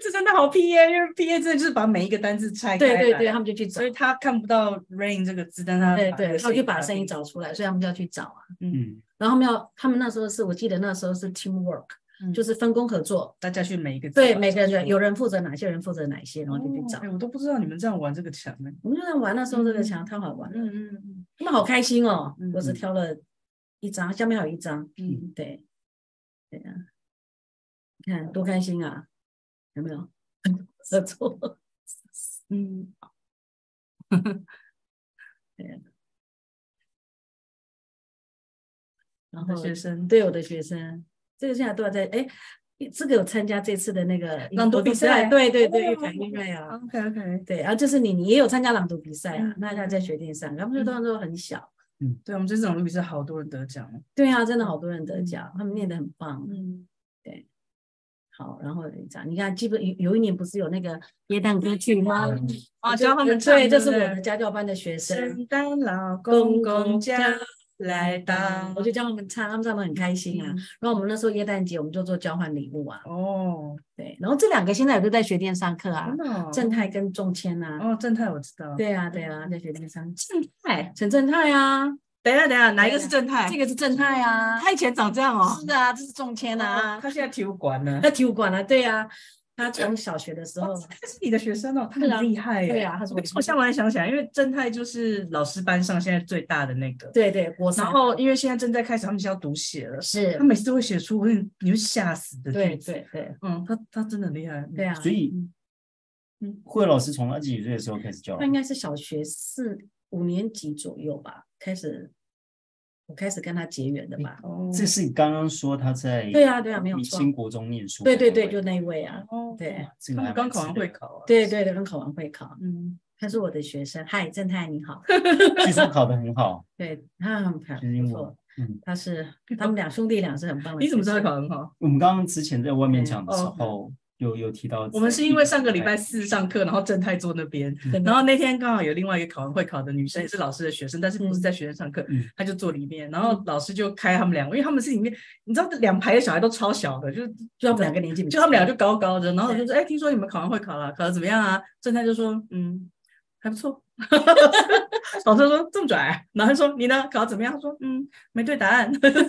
Speaker 3: 这真的好 PA，因为 PA 真的就是把每一个单字拆开
Speaker 4: 对对
Speaker 3: 来
Speaker 4: 对，他们就去找
Speaker 3: 所，以他看不到 rain 这个字，但他
Speaker 4: 对
Speaker 3: 把这
Speaker 4: 对，
Speaker 3: 个
Speaker 4: 他们就把声音
Speaker 3: 打
Speaker 4: 找出来，所以他们就要去找啊。
Speaker 2: 嗯，
Speaker 4: 然后他们要，他们那时候是我记得那时候是 teamwork，
Speaker 3: 嗯
Speaker 4: 就是分工合作。
Speaker 3: 大家去每一个字
Speaker 4: 对，
Speaker 3: 把
Speaker 4: 每个
Speaker 3: 它找
Speaker 4: 人
Speaker 3: 出
Speaker 4: 有人负责哪些人负责哪些，然后就去
Speaker 3: 哦
Speaker 4: 找
Speaker 3: 哎。我都不知道你们这样玩这个欸墙呢。
Speaker 4: 我们就在玩的时候，这个
Speaker 3: 嗯
Speaker 4: 墙太好玩了，
Speaker 3: 嗯嗯
Speaker 4: 他们好开心哦
Speaker 3: 嗯。
Speaker 4: 我只
Speaker 3: 嗯
Speaker 4: 挑了一张，下面还有一张，
Speaker 3: 嗯
Speaker 4: 对，对呀、啊，你看多开心啊，有没有？ [laughs] 合作，
Speaker 3: 嗯
Speaker 4: 然
Speaker 3: 嗯，
Speaker 4: 后
Speaker 3: 学生
Speaker 4: 对我的学生，这个现在都要在哎，这个有参加这次的那个
Speaker 3: 朗读比赛
Speaker 4: 对对对，
Speaker 3: 哦
Speaker 4: 越感越瑞啊。
Speaker 3: ，OK OK，
Speaker 4: 对，然后就是你，你也有参加朗读比赛啊
Speaker 3: 嗯？
Speaker 4: 那他在学电上，他们就当时都很小。
Speaker 3: 对我们这次朗读比赛好多人得奖哦。
Speaker 4: 对啊，真的好多人得奖，他们念得很棒。
Speaker 3: 嗯，
Speaker 4: 好，然后有一张，你看，记不有有一年不是有那个耶诞歌曲吗？
Speaker 3: 啊，
Speaker 4: 就
Speaker 3: 教他们唱
Speaker 4: 对，这
Speaker 3: 不
Speaker 4: 是我的家教班的学生
Speaker 3: 圣诞老公公
Speaker 4: 公公
Speaker 3: 家
Speaker 4: 家
Speaker 3: 来到，
Speaker 4: 我就教他们唱，他们唱的很开心啊
Speaker 3: 嗯。
Speaker 4: 然后我们那时候耶诞节，我们就做交换礼物啊。
Speaker 3: 哦，
Speaker 4: 对，然后这两个现在也都在学电上课啊
Speaker 3: 真，的哦
Speaker 4: 正太跟仲谦啊。
Speaker 3: 哦，正太我知道。
Speaker 4: 对啊，对啊，在学电上，正太陈正太啊，
Speaker 3: 等一下等一下，哪一
Speaker 4: 对
Speaker 3: 个是正太？
Speaker 4: 这个是正太啊，
Speaker 3: 他以前长这样哎哦。
Speaker 4: 是啊，这是仲谦啊
Speaker 3: 哦，他现在体育馆
Speaker 4: [laughs]
Speaker 3: 呢。
Speaker 4: 他体育馆啊，对呀、啊，他从小学的时候，
Speaker 3: 他哦是你的学生哦，他
Speaker 4: 对啊
Speaker 3: 很厉害耶。
Speaker 4: 对啊他是我的学生
Speaker 3: 我像我还想起来，因为正太就是老师班上现在最大的那个。。
Speaker 4: 对对，国三
Speaker 3: 然后因为现在正在开始，他们是要读写了，
Speaker 4: 是
Speaker 3: 他，每次都会写出我很你会吓死的句
Speaker 4: 对
Speaker 3: 子。
Speaker 4: 对对
Speaker 3: 嗯，他他真的很厉害。
Speaker 4: 对啊，
Speaker 2: 所以
Speaker 3: 嗯嗯
Speaker 2: 慧老师从他几岁的时候开始教
Speaker 4: 他？应该是小学四五年级左右吧，开始我开始跟他结缘的吧。
Speaker 3: 哦，
Speaker 2: 这是刚刚说他在
Speaker 4: 对啊对啊没有
Speaker 2: 明
Speaker 4: 错
Speaker 2: 星国中念书的
Speaker 4: 对
Speaker 2: 那位，
Speaker 4: 对对，就那一位啊，
Speaker 3: 哦
Speaker 4: 对
Speaker 2: 这个
Speaker 3: 他
Speaker 2: 还
Speaker 3: 们刚
Speaker 2: 蛮
Speaker 3: 考
Speaker 2: 值
Speaker 3: 完
Speaker 2: 得
Speaker 3: 会考啊。
Speaker 4: 对对对，跟考完会考，
Speaker 3: 嗯，
Speaker 4: 他是我的学生。嗨，正太你
Speaker 3: [laughs]
Speaker 4: 好，
Speaker 2: 据说考得很好，
Speaker 4: 对他很漂
Speaker 2: 就是
Speaker 4: 亮，
Speaker 2: 英
Speaker 4: 不
Speaker 2: 文
Speaker 4: 错。。
Speaker 2: 嗯，
Speaker 4: 他
Speaker 3: [laughs]
Speaker 4: 是他们俩兄弟俩是很棒的。
Speaker 3: 你怎么知道会？考很好？
Speaker 2: 我们刚刚之前在外面讲的时
Speaker 3: 哦
Speaker 2: 候，有有提到，
Speaker 3: 我们是因为上个礼拜四上课，然后正太坐那边，
Speaker 4: 嗯真的
Speaker 3: 然后那天刚好有另外一个考完会考的女生，也是老师的学生，但是不是在学生上课，
Speaker 2: 嗯
Speaker 3: 她就坐里面，然
Speaker 4: 嗯
Speaker 3: 后老师就开他们两个，因为他们是里面，你知道两排的小孩都超小的，就是
Speaker 4: 就他们两个年纪比
Speaker 3: 就
Speaker 4: 较大，
Speaker 3: 他们俩就高高的，然后我就说，哎、听说你们考完会考了，考的怎么样啊？正太就说，嗯，还不错。 [laughs] 老师说这么拽、啊然后他说你呢？考得怎么样？他说嗯，没对答案， [laughs] 就是就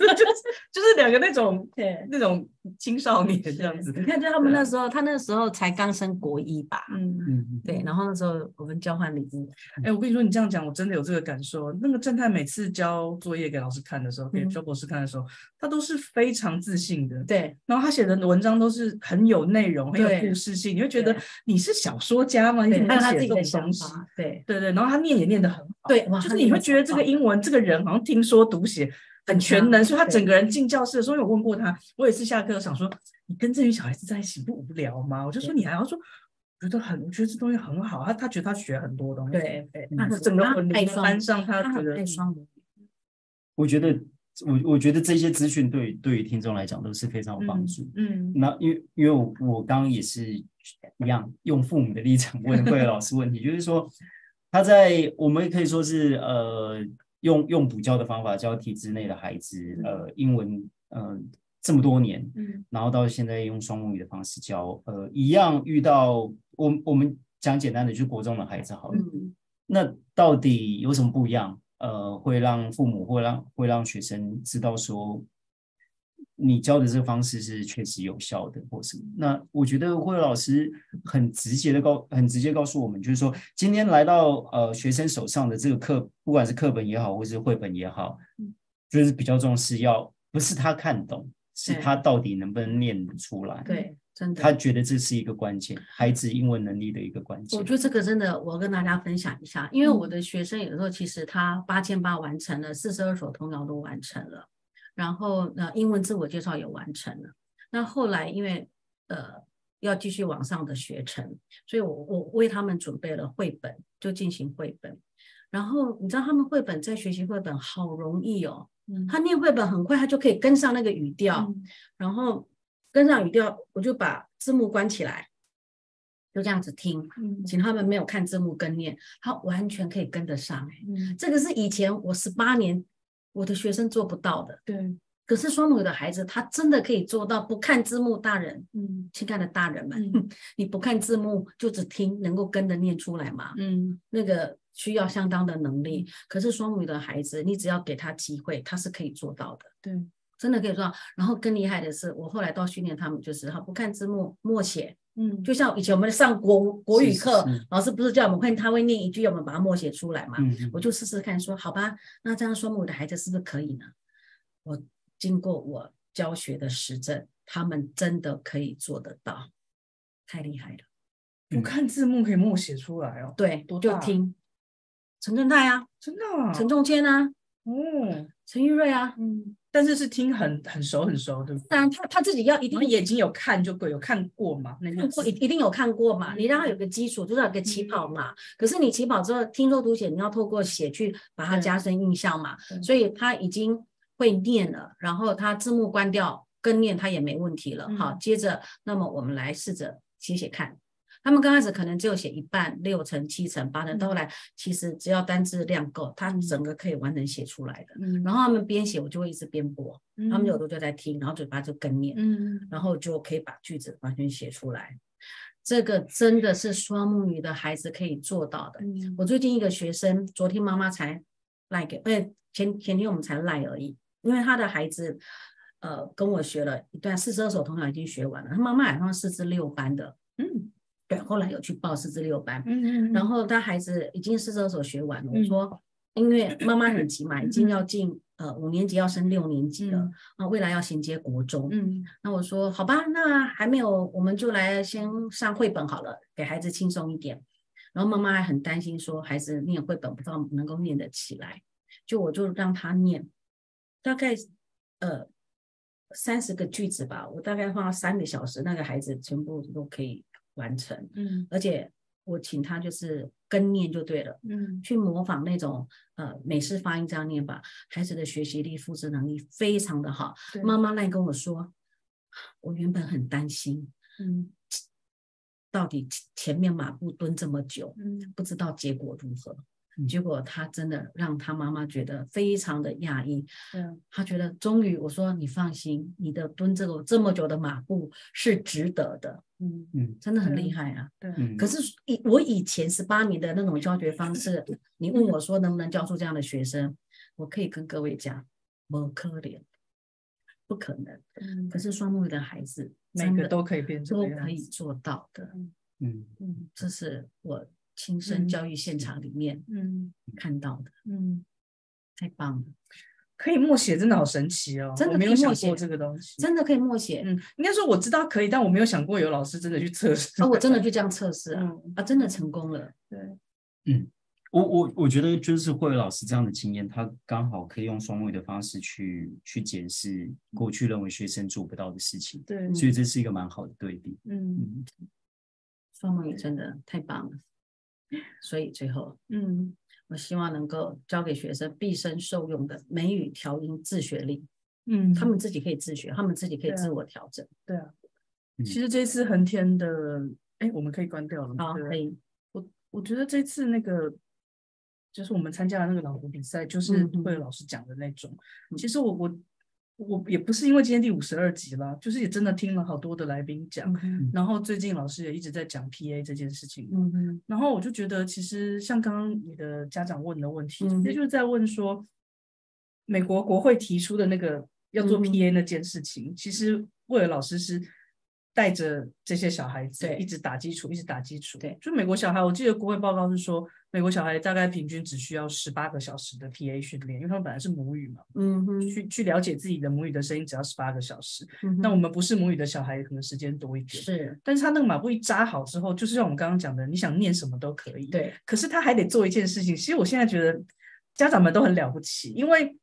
Speaker 3: 是两个那种
Speaker 4: 对。
Speaker 3: 那种青少年这样子啊
Speaker 4: 是，你看，就他们那时候，他那时候才刚升国一吧，
Speaker 3: 嗯。
Speaker 2: 嗯，
Speaker 4: 对，然后那时候我们交换礼物，
Speaker 3: 哎、我跟你说，你这样讲，我真的有这个感受。哦那个正太每次交作业给老师看的时候，给
Speaker 4: 嗯
Speaker 3: 周博士看的时候，他都是非常自信的。
Speaker 4: 对，
Speaker 3: 然后他写的文章都是很有内容、很有
Speaker 4: 对
Speaker 3: 故事性，你会觉得
Speaker 4: 对
Speaker 3: 你是小说家啊吗？你怎
Speaker 4: 对，
Speaker 3: 么
Speaker 4: 还
Speaker 3: 会
Speaker 4: 有他自
Speaker 3: 写
Speaker 4: 己
Speaker 3: 这
Speaker 4: 的
Speaker 3: 种
Speaker 4: 想
Speaker 3: 东西？
Speaker 4: 法，对
Speaker 3: 对对，然后他念也念得很好，
Speaker 4: 对，哇，
Speaker 3: 就是
Speaker 4: 他
Speaker 3: 你
Speaker 4: 那
Speaker 3: 会
Speaker 4: 个
Speaker 3: 觉得
Speaker 4: 想
Speaker 3: 这
Speaker 4: 法
Speaker 3: 个英文这个人好像听说读写很全能，
Speaker 4: 嗯
Speaker 3: 所以他
Speaker 4: 对
Speaker 3: 整个人进教室的时候，因为我问过他，我有一次下课想说，你跟这群小孩子在一起不无聊吗？我就说你还要说。觉得很，我觉得这东西很好，他他觉得他学很多东西，
Speaker 5: 对，
Speaker 3: 那
Speaker 4: 嗯
Speaker 3: 整个
Speaker 4: 他
Speaker 3: 我
Speaker 4: 爱
Speaker 3: 们
Speaker 4: 双
Speaker 3: 班上他
Speaker 5: 他
Speaker 3: 觉
Speaker 5: 很
Speaker 3: 得嗯
Speaker 5: 爱双母语，
Speaker 2: 我觉得我我觉得这些资讯对于对于听众来讲都是非常有帮助。
Speaker 5: 嗯，
Speaker 2: 那因为因为我我刚刚也是一样用父母的立场问慧老师问题，就是说他在我们也可以说是呃用用补教的方法教体制内的孩子
Speaker 3: 嗯
Speaker 2: 呃英文呃这么多年，
Speaker 5: 嗯，
Speaker 2: 然后到现在用双母语的方式教，呃一样遇到我我们讲简单的就是国中的孩子好了，
Speaker 4: 嗯
Speaker 2: 那到底有什么不一样？呃，会让父母会让会让学生知道说，你教的这个方式是确实有效的，或什么？那我觉得慧老师很直接的告，很直接告诉我们，就是说，今天来到呃学生手上的这个课，不管是课本也好，或是绘本也好，
Speaker 4: 嗯
Speaker 2: 就是比较重视要不是他看懂，是
Speaker 4: 对
Speaker 2: 他到底能不能念得出来。
Speaker 3: 嗯
Speaker 4: 对，真的。
Speaker 2: 他觉得这是一个关键，孩子英文能力的一个关键。
Speaker 4: 我觉得这个真的，我要跟大家分享一下，因为我的学生有时候其实他八千八完成了，四十二首童谣都完成了，然后呃英文自我介绍也完成了。那后来因为呃要继续往上的学程，所以我我为他们准备了绘本，就进行绘本。然后你知道他们绘本在学习绘本好容易哦，他念绘本很快，他就可以跟上那个语调，
Speaker 3: 嗯
Speaker 4: 然后跟上语调，我就把字幕关起来，就这样子听。
Speaker 3: 嗯
Speaker 4: 请他们没有看字幕跟念，他完全可以跟得上、欸。
Speaker 3: 嗯
Speaker 4: 这个是以前我十八年我的学生做不到的，
Speaker 3: 对，
Speaker 4: 可是双母语的孩子他真的可以做到不看字幕。大人，
Speaker 3: 嗯
Speaker 4: 亲爱的大人们，
Speaker 3: 嗯
Speaker 4: [laughs] 你不看字幕就只听，能够跟着念出来吗？
Speaker 3: 嗯
Speaker 4: 那个需要相当的能力。可是双母语的孩子，你只要给他机会，他是可以做到的。
Speaker 3: 对，
Speaker 4: 真的可以做到。然后更厉害的是，我后来到训练他们，就是他不看字幕默写，
Speaker 3: 嗯
Speaker 4: 就像以前我们上国国语
Speaker 2: 是
Speaker 4: 课
Speaker 2: 是，
Speaker 4: 老师不是叫我们会，他会念一句，要我们把它默写出来嘛？
Speaker 2: 嗯，
Speaker 4: 我就试试看说，好吧，那这样双母语的孩子是不是可以呢？我经过我教学的实证，他们真的可以做得到，太厉害了。嗯
Speaker 3: 不看字幕可以默写出来哦，
Speaker 4: 对，
Speaker 3: 多
Speaker 4: 就
Speaker 3: 大
Speaker 4: 听陈正泰啊，
Speaker 3: 真的啊，
Speaker 4: 陈仲谦啊，
Speaker 3: 哦，
Speaker 4: 陈玉瑞啊，
Speaker 3: 嗯，但是是听很很熟很熟，对不对
Speaker 4: 当？然他他自己要一
Speaker 3: 你
Speaker 4: 定
Speaker 3: 们眼睛有看就够，有看过嘛？那个
Speaker 4: 一一定有看过嘛，你让他有个基础，就是有个起跑嘛。可是你起跑之后，听说读写，你要透过写去把它
Speaker 3: 对
Speaker 4: 加深印象嘛。
Speaker 3: 对
Speaker 4: 所以他已经会念了，然后他字幕关掉，跟念他也没问题了。
Speaker 3: 嗯
Speaker 4: 好，接着，那么我们来试着写写看。他们刚开始可能只有写一半，六成、七成、八成，到后
Speaker 3: 嗯
Speaker 4: 来其实只要单字量够，他整个可以完整写出来的。
Speaker 3: 嗯
Speaker 4: 然后他们边写，我就会一直边播，他们有的就在听，然后嘴巴就跟念。
Speaker 3: 嗯
Speaker 4: 然后就可以把句子完全写出来。这个真的是双母语的孩子可以做到的。
Speaker 3: 嗯
Speaker 4: 我最近一个学生，昨天妈妈才赖给，哎，前前天我们才赖而已，因为他的孩子，呃，跟我学了一段四十二首童谣已经学完了，他妈妈好像是至六班的，
Speaker 3: 嗯
Speaker 4: 对，后来有去报四至六班，
Speaker 3: 嗯
Speaker 4: 然
Speaker 3: 后
Speaker 4: 后他孩子已经四十二首学完了，我
Speaker 3: 嗯
Speaker 4: 说，因为妈妈很急嘛，已经要进呃五年级要升六年级了
Speaker 3: 嗯，
Speaker 4: 啊，未来要衔接国中，
Speaker 3: 嗯
Speaker 4: 那我说好吧，那还没有，我们就来先上绘本好了，给孩子轻松一点。然后妈妈还很担心说孩子念绘本不知道能够念得起来，就我就让他念，大概呃三十个句子吧，我大概放了三个小时，那个孩子全部都可以完成，
Speaker 3: 嗯
Speaker 4: 而且我请他就是跟念就对了。
Speaker 3: 嗯
Speaker 4: 去模仿那种呃美式发音这样念吧，孩子的学习力、复制能力非常的好
Speaker 3: 对。
Speaker 4: 妈妈来跟我说，我原本很担心，
Speaker 3: 嗯
Speaker 4: 到底前前面马步蹲这么久，
Speaker 3: 嗯
Speaker 4: 不知道结果如何。
Speaker 2: 嗯
Speaker 4: 结果他真的让他妈妈觉得非常的讶异，
Speaker 3: 对啊
Speaker 4: 他觉得终于我说你放心，你的蹲这个这么久的马步是值得的，
Speaker 3: 嗯
Speaker 2: 嗯
Speaker 4: 真的很
Speaker 3: 对
Speaker 4: 厉害啊。
Speaker 3: 对啊
Speaker 2: 嗯，
Speaker 4: 可是以我以前十八年的那种教学方式，你问我说能不能教出这样的学生，我可以跟各位讲，不可能，不可能。
Speaker 3: 嗯
Speaker 4: 可是双目的孩子，
Speaker 3: 每
Speaker 4: 真
Speaker 3: 个
Speaker 4: 的
Speaker 3: 都可以变这
Speaker 4: 都
Speaker 3: 个样
Speaker 4: 可以
Speaker 3: 子
Speaker 4: 做到的，
Speaker 2: 嗯
Speaker 3: 嗯
Speaker 4: 这是我亲身
Speaker 3: 嗯
Speaker 4: 教育现场里面
Speaker 3: 嗯
Speaker 4: 看到的，
Speaker 3: 嗯，
Speaker 4: 太棒了，
Speaker 3: 可以默写真的好神奇哦，
Speaker 4: 真的
Speaker 3: 我没
Speaker 4: 可以
Speaker 3: 有想
Speaker 4: 默写
Speaker 3: 过这个东西。
Speaker 4: 真的可以默写。
Speaker 3: 嗯，应该说我知道可以，但我没有想过有老师哦真的去测试。
Speaker 4: 啊，我真的就这样测试啊，
Speaker 3: 嗯，
Speaker 4: 啊，真的成功了。
Speaker 3: 对，
Speaker 2: 我我我觉得就是慧老师这样的经验，他刚好可以用双语的方式去去解释过去认为学生做不到的事情，
Speaker 3: 对
Speaker 2: 所以这是一个蛮好的对比。
Speaker 3: 嗯，
Speaker 2: 嗯，
Speaker 4: 双母语真的太棒了。所以最后，
Speaker 3: 嗯，
Speaker 4: 我希望能够教给学生毕生受用的美语调音自学力，
Speaker 3: 嗯，
Speaker 4: 他们自己可以自学，他们自己可以
Speaker 3: 对啊啊
Speaker 4: 自我调整。
Speaker 2: 嗯
Speaker 3: 其实这次恒天的，哎，我们可以关掉了吗？
Speaker 4: 好，
Speaker 3: 对不
Speaker 4: 可
Speaker 3: 对
Speaker 4: 以，
Speaker 3: 我我觉得这次那个就是我们参加的那个朗读比赛，就是
Speaker 4: 嗯嗯
Speaker 3: 慧老师讲的那种。
Speaker 4: 嗯
Speaker 3: 其实我我我也不是因为今天第五十二集了，就是也真的听了好多的来宾讲，
Speaker 4: 嗯
Speaker 3: 然后最近老师也一直在讲 PA 这件事情。
Speaker 4: 嗯
Speaker 3: 然后我就觉得，其实像刚刚你的家长问的问题，
Speaker 4: 嗯
Speaker 3: 其实就是在问说，美国国会提出的那个要做
Speaker 4: 嗯
Speaker 3: PA 那件事情，其实魏尔老师是带着这些小孩子
Speaker 4: 对
Speaker 3: 一直打基础，一直打基础。
Speaker 4: 对，
Speaker 3: 就美国小孩，我记得国会报告是说，美国小孩大概平均只需要十八个小时的 PA 训练，因为他们本来是母语嘛，
Speaker 4: 嗯哼，
Speaker 3: 去去了解自己的母语的声音只要十八个小时。
Speaker 4: 嗯哼
Speaker 3: 那我们不是母语的小孩，可能时间多一点。
Speaker 4: 是
Speaker 3: 但是他那个马步一扎好之后，就是像我们刚刚讲的，你想念什么都可以。
Speaker 4: 对，
Speaker 3: 可是他还得做一件事情。其实我现在觉得家长们都很了不起，因为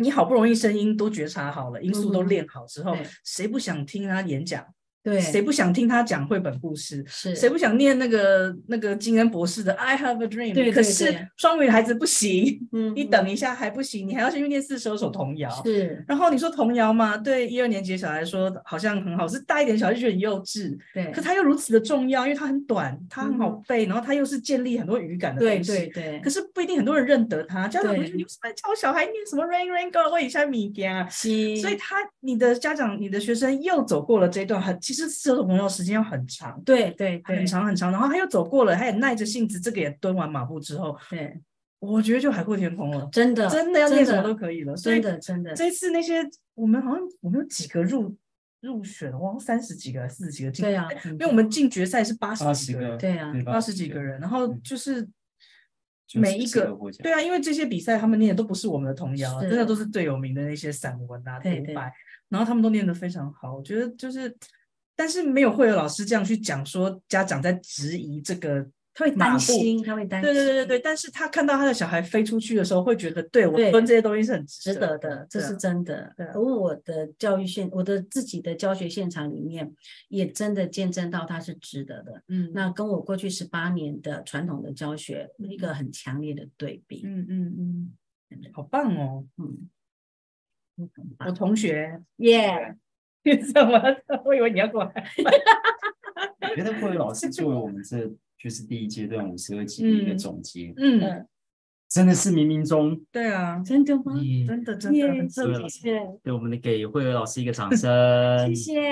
Speaker 3: 你好不容易声音都觉察好了，音素都
Speaker 4: 嗯
Speaker 3: 练好之后，
Speaker 4: 对
Speaker 3: 谁不想听他演讲？
Speaker 4: 对，
Speaker 3: 谁不想听他讲绘本故事？
Speaker 4: 是
Speaker 3: 谁不想念那个那个金恩博士的《I Have a Dream》？
Speaker 4: 对对
Speaker 3: 可是
Speaker 4: 对
Speaker 3: 双语的孩子不行，
Speaker 4: 嗯
Speaker 3: 你等一下还不行，你还要去念四十二首童谣。
Speaker 4: 是
Speaker 3: 然后你说童谣嘛，对一二年级的小孩说好像很好，是大一点小孩就觉得很幼稚，
Speaker 4: 对
Speaker 3: 可它又如此的重要，因为它很短，它很好
Speaker 4: 嗯
Speaker 3: 背，然后它又是建立很多语感的
Speaker 4: 对
Speaker 3: 东西。
Speaker 4: 对对
Speaker 3: 可，是不一定很多人认得它，家长会
Speaker 4: 对
Speaker 3: 说你为什么教小孩念什么 rain rain go away 下米家？
Speaker 4: 是
Speaker 3: 所以他你的家长、你的学生又走过了这一段很，其实这种朋友时间要很长，
Speaker 4: 对对对
Speaker 3: 很长很长，然后他又走过了，他也耐着性子，这个也蹲完马步之后，
Speaker 4: 对，
Speaker 3: 我觉得就海阔天空了，
Speaker 4: 真的
Speaker 3: 真的要念什么
Speaker 4: 真
Speaker 3: 都
Speaker 4: 的
Speaker 3: 可以了。所以
Speaker 4: 真的真的，
Speaker 3: 这次那些我们好像我们有几个入入选，我好像三十几个、四十几个进，
Speaker 4: 对啊，
Speaker 3: 因为我们进决赛是八
Speaker 2: 八
Speaker 3: 十
Speaker 2: 十
Speaker 3: 几个
Speaker 2: 个
Speaker 3: 人，
Speaker 4: 对啊
Speaker 2: 对吧嗯
Speaker 3: 八十几个人，然后就是
Speaker 2: 就是
Speaker 3: 每一
Speaker 2: 四
Speaker 3: 个
Speaker 2: 个国家
Speaker 3: 对啊，因为这些比赛他们念的都不是我们的童谣啊，
Speaker 4: 是
Speaker 3: 真的都是最有名的那些散文啊、独
Speaker 4: 对对
Speaker 3: 白，然后他们都念得非常好，我觉得就是，但是没有会有老师这样去讲说家长在质疑这个。
Speaker 4: 他会
Speaker 3: 马步
Speaker 4: 担心，他会担
Speaker 3: 对
Speaker 4: 心，
Speaker 3: 对对对对，但是他看到他的小孩飞出去的时候，会觉得对我
Speaker 4: 对
Speaker 3: 蹲这些东西是很
Speaker 4: 值得的，这
Speaker 3: 对啊
Speaker 4: 是真的
Speaker 3: 对啊。
Speaker 4: 而我的教育现，我的自己的教学现场里面，也真的见证到它是值得的。
Speaker 3: 嗯
Speaker 4: 那跟我过去十八年的传统的教学
Speaker 3: 嗯
Speaker 4: 一个很强烈的对比。
Speaker 3: 嗯嗯嗯，好棒哦！
Speaker 4: 嗯，
Speaker 3: 我同学， [laughs]
Speaker 4: 耶，
Speaker 3: 怎么？ [laughs] 我以为你要过来。
Speaker 2: 我觉得慧老师作为我们这就是第一阶段五十二集的一个
Speaker 3: 嗯
Speaker 2: 总结，
Speaker 3: 嗯，
Speaker 2: 真的是冥冥中
Speaker 3: 对啊，
Speaker 4: 真的吗？
Speaker 2: 你
Speaker 3: 真的真的
Speaker 4: 耶
Speaker 3: 很特别。
Speaker 4: 谢
Speaker 2: 对我们的给慧儿老师一个掌声，
Speaker 4: 谢，谢谢，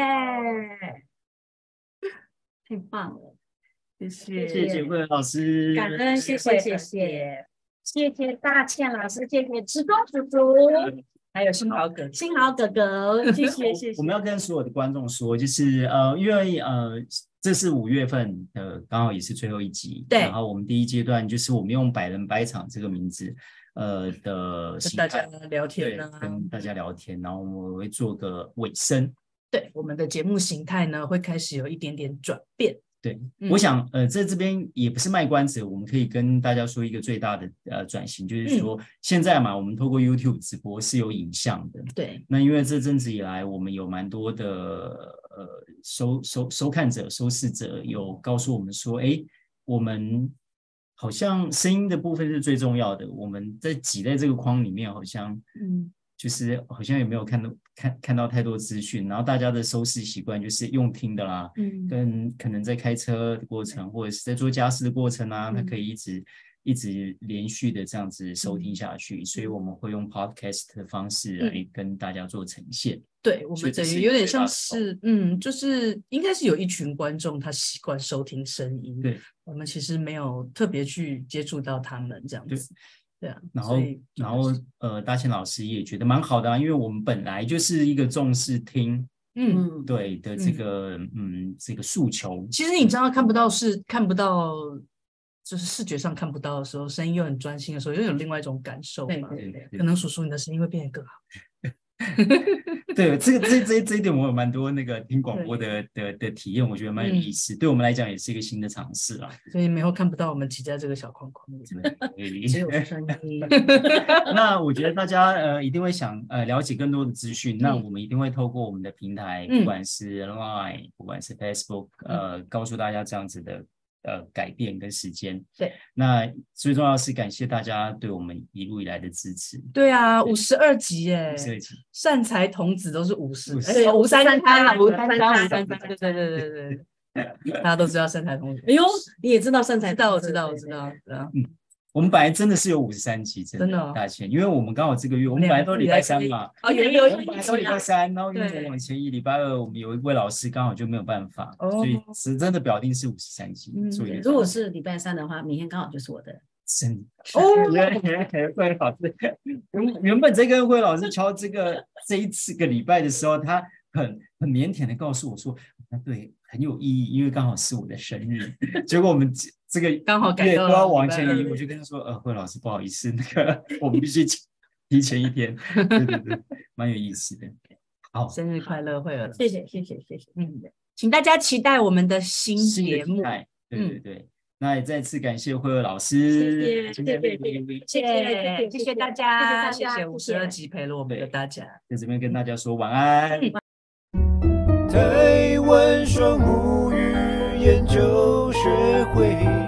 Speaker 4: [laughs] 太棒了，
Speaker 3: 谢谢
Speaker 2: 谢谢慧儿老师，
Speaker 8: 感恩，谢谢，谢谢，谢谢大倩老师，谢谢职工叔叔，
Speaker 3: 还有新豪哥，
Speaker 4: 幸好哥哥，谢谢谢
Speaker 2: [laughs] 我
Speaker 4: 谢，
Speaker 2: 们要跟所有的观众说，就是呃，因为呃，这是五月份的，刚好也是最后一集。
Speaker 4: 对
Speaker 2: 然后我们第一阶段就是我们用“百人百场”这个名字，呃的
Speaker 3: 跟
Speaker 2: 形
Speaker 3: 大
Speaker 2: 态，
Speaker 3: 家聊天
Speaker 2: 对
Speaker 3: 呢。
Speaker 2: 跟大家聊天，然后我们会做个尾
Speaker 4: 嗯
Speaker 2: 声。
Speaker 3: 对，我们的节目形态呢，会开始有一点点转变。
Speaker 2: 对，
Speaker 3: 嗯
Speaker 2: 我想，呃，在这边也不是卖关子，我们可以跟大家说一个最大的呃转型，
Speaker 4: 嗯
Speaker 2: 就是说、现在嘛，我们透过 YouTube 直播是有影像的，
Speaker 4: 对
Speaker 2: 那因为这阵子以来，我们有蛮多的呃收收收看者、收视者有告诉我们说，哎，我们好像声音的部分是最重要的，我们在挤在这个框里面，好像
Speaker 3: 嗯，
Speaker 2: 就是好像也没有看到看看到太多资讯，然后大家的收视习惯就是用听的啦，
Speaker 3: 嗯
Speaker 2: 跟可能在开车的过程或者是在做家事的过程啊，它
Speaker 3: 嗯
Speaker 2: 可以一直一直连续的这样子收听下去，所
Speaker 3: 嗯
Speaker 2: 以我们会用 podcast 的方式来跟大家做呈现。
Speaker 3: 对，我
Speaker 2: 所以
Speaker 3: 们
Speaker 2: 这
Speaker 3: 等
Speaker 2: 是
Speaker 3: 于
Speaker 2: 一
Speaker 3: 有
Speaker 2: 个
Speaker 3: 点
Speaker 2: 最大
Speaker 3: 像
Speaker 2: 的收
Speaker 3: 是，嗯，就是应该是有一群观众他习惯收听声音，
Speaker 2: 对，
Speaker 3: 我们其实没有特别去接触到他们这样
Speaker 2: 对
Speaker 3: 子，对啊，
Speaker 2: 然
Speaker 3: 所
Speaker 2: 后
Speaker 3: 以，
Speaker 2: 然后呃，大千老师也觉得蛮好的啊，因为我们本来就是一个重视听
Speaker 3: 嗯，
Speaker 4: 嗯，
Speaker 2: 对的这个嗯这个诉求，
Speaker 3: 其实你知道看不到是看不到，就是视觉上看不到的时候，声音又很专心的时候，又有另外一种感受
Speaker 4: 对
Speaker 3: 嘛，
Speaker 4: 对对
Speaker 3: 可能叔叔你的声音会变得更好，
Speaker 2: 对，这个这这这一点我有蛮多那个听广播的的的体验，我觉得蛮有
Speaker 3: 嗯
Speaker 2: 意思，对我们来讲也是一个新的尝试啦。
Speaker 3: 所以以后看不到我们挤在这个小框框里。
Speaker 2: 真
Speaker 3: [laughs]
Speaker 2: 的可以
Speaker 4: 只有声音。
Speaker 2: 那我觉得大家呃一定会想呃了解更多的资讯，那我们一定会透过我们的平台，
Speaker 3: 嗯
Speaker 2: 不管是 Line，不管是 Facebook，呃，告诉大家这样子的呃改变跟时间。
Speaker 3: 对，
Speaker 2: 那最重要的是感谢大家对我们一路以来的支持。
Speaker 3: 对啊，五十二集耶，
Speaker 2: 这一集
Speaker 3: 善财童子都是五十，
Speaker 2: 50
Speaker 3: 哎，五三
Speaker 8: 53
Speaker 3: 三，五三三，五
Speaker 8: 53
Speaker 3: 三三，对对对对对对，大家都知道善财童子。
Speaker 4: 哎呦，你也知道善
Speaker 3: 知
Speaker 4: 财
Speaker 3: 道，我
Speaker 4: 童子
Speaker 3: 知道，我
Speaker 4: 对
Speaker 3: 知
Speaker 4: 对
Speaker 3: 道，知道。
Speaker 2: 我们本来真的是有五十三集，真
Speaker 3: 真的
Speaker 2: 的
Speaker 3: 哦
Speaker 2: 大千，因为我们刚好这个月，我
Speaker 3: 们
Speaker 2: 们本来
Speaker 3: 两个
Speaker 2: 都礼
Speaker 3: 一起
Speaker 2: 拜
Speaker 3: 来
Speaker 2: 三
Speaker 3: 追
Speaker 2: 嘛，
Speaker 3: 哦，有
Speaker 2: 我
Speaker 3: 有
Speaker 2: 们
Speaker 3: 一
Speaker 2: 本来都
Speaker 3: 集
Speaker 2: 礼拜
Speaker 3: 啊，
Speaker 2: 三，然后因为
Speaker 3: 对
Speaker 2: 往前一礼拜二，我们有一位老师刚好就没有办法，
Speaker 3: 哦
Speaker 2: 所以是真的表定是五十三集
Speaker 3: 嗯
Speaker 2: 做一
Speaker 4: 对
Speaker 2: 个
Speaker 4: 如果是礼拜三的话，明天刚好就是我的。
Speaker 2: 生日。[laughs]
Speaker 3: 哦
Speaker 2: 原原原慧老师，原原本在跟慧老师敲这个这一次个礼拜的时候，他很很腼腆的告诉我说，啊对，很有意义，因为刚好是我的生日。结果我们这这个
Speaker 3: 刚好改
Speaker 2: 月
Speaker 3: 到
Speaker 2: 都要
Speaker 3: 礼
Speaker 2: 往
Speaker 3: 拜
Speaker 2: 前
Speaker 3: 二
Speaker 2: 移，我就跟他说，呃，慧老师不好意思，那个我们必须提前一天。对对对，蛮有意思的。好，
Speaker 3: 生日快乐，慧儿。
Speaker 4: 谢谢，谢谢，谢谢。
Speaker 3: 嗯，请大家期待我们的新
Speaker 2: 新的
Speaker 3: 节目
Speaker 2: 期。待对
Speaker 3: 嗯
Speaker 2: 对对，那也再次感谢慧儿老师，
Speaker 8: 谢谢
Speaker 2: 今天
Speaker 8: 谢谢
Speaker 2: 莅临
Speaker 8: 谢谢
Speaker 3: 谢谢大家，
Speaker 8: 谢谢
Speaker 3: 谢
Speaker 8: 大家
Speaker 3: 谢五十二
Speaker 8: 谢
Speaker 3: 集陪了我们的
Speaker 2: 对
Speaker 3: 大家。
Speaker 2: 在这边跟大家说晚安。
Speaker 1: 台湾双母语研究学会。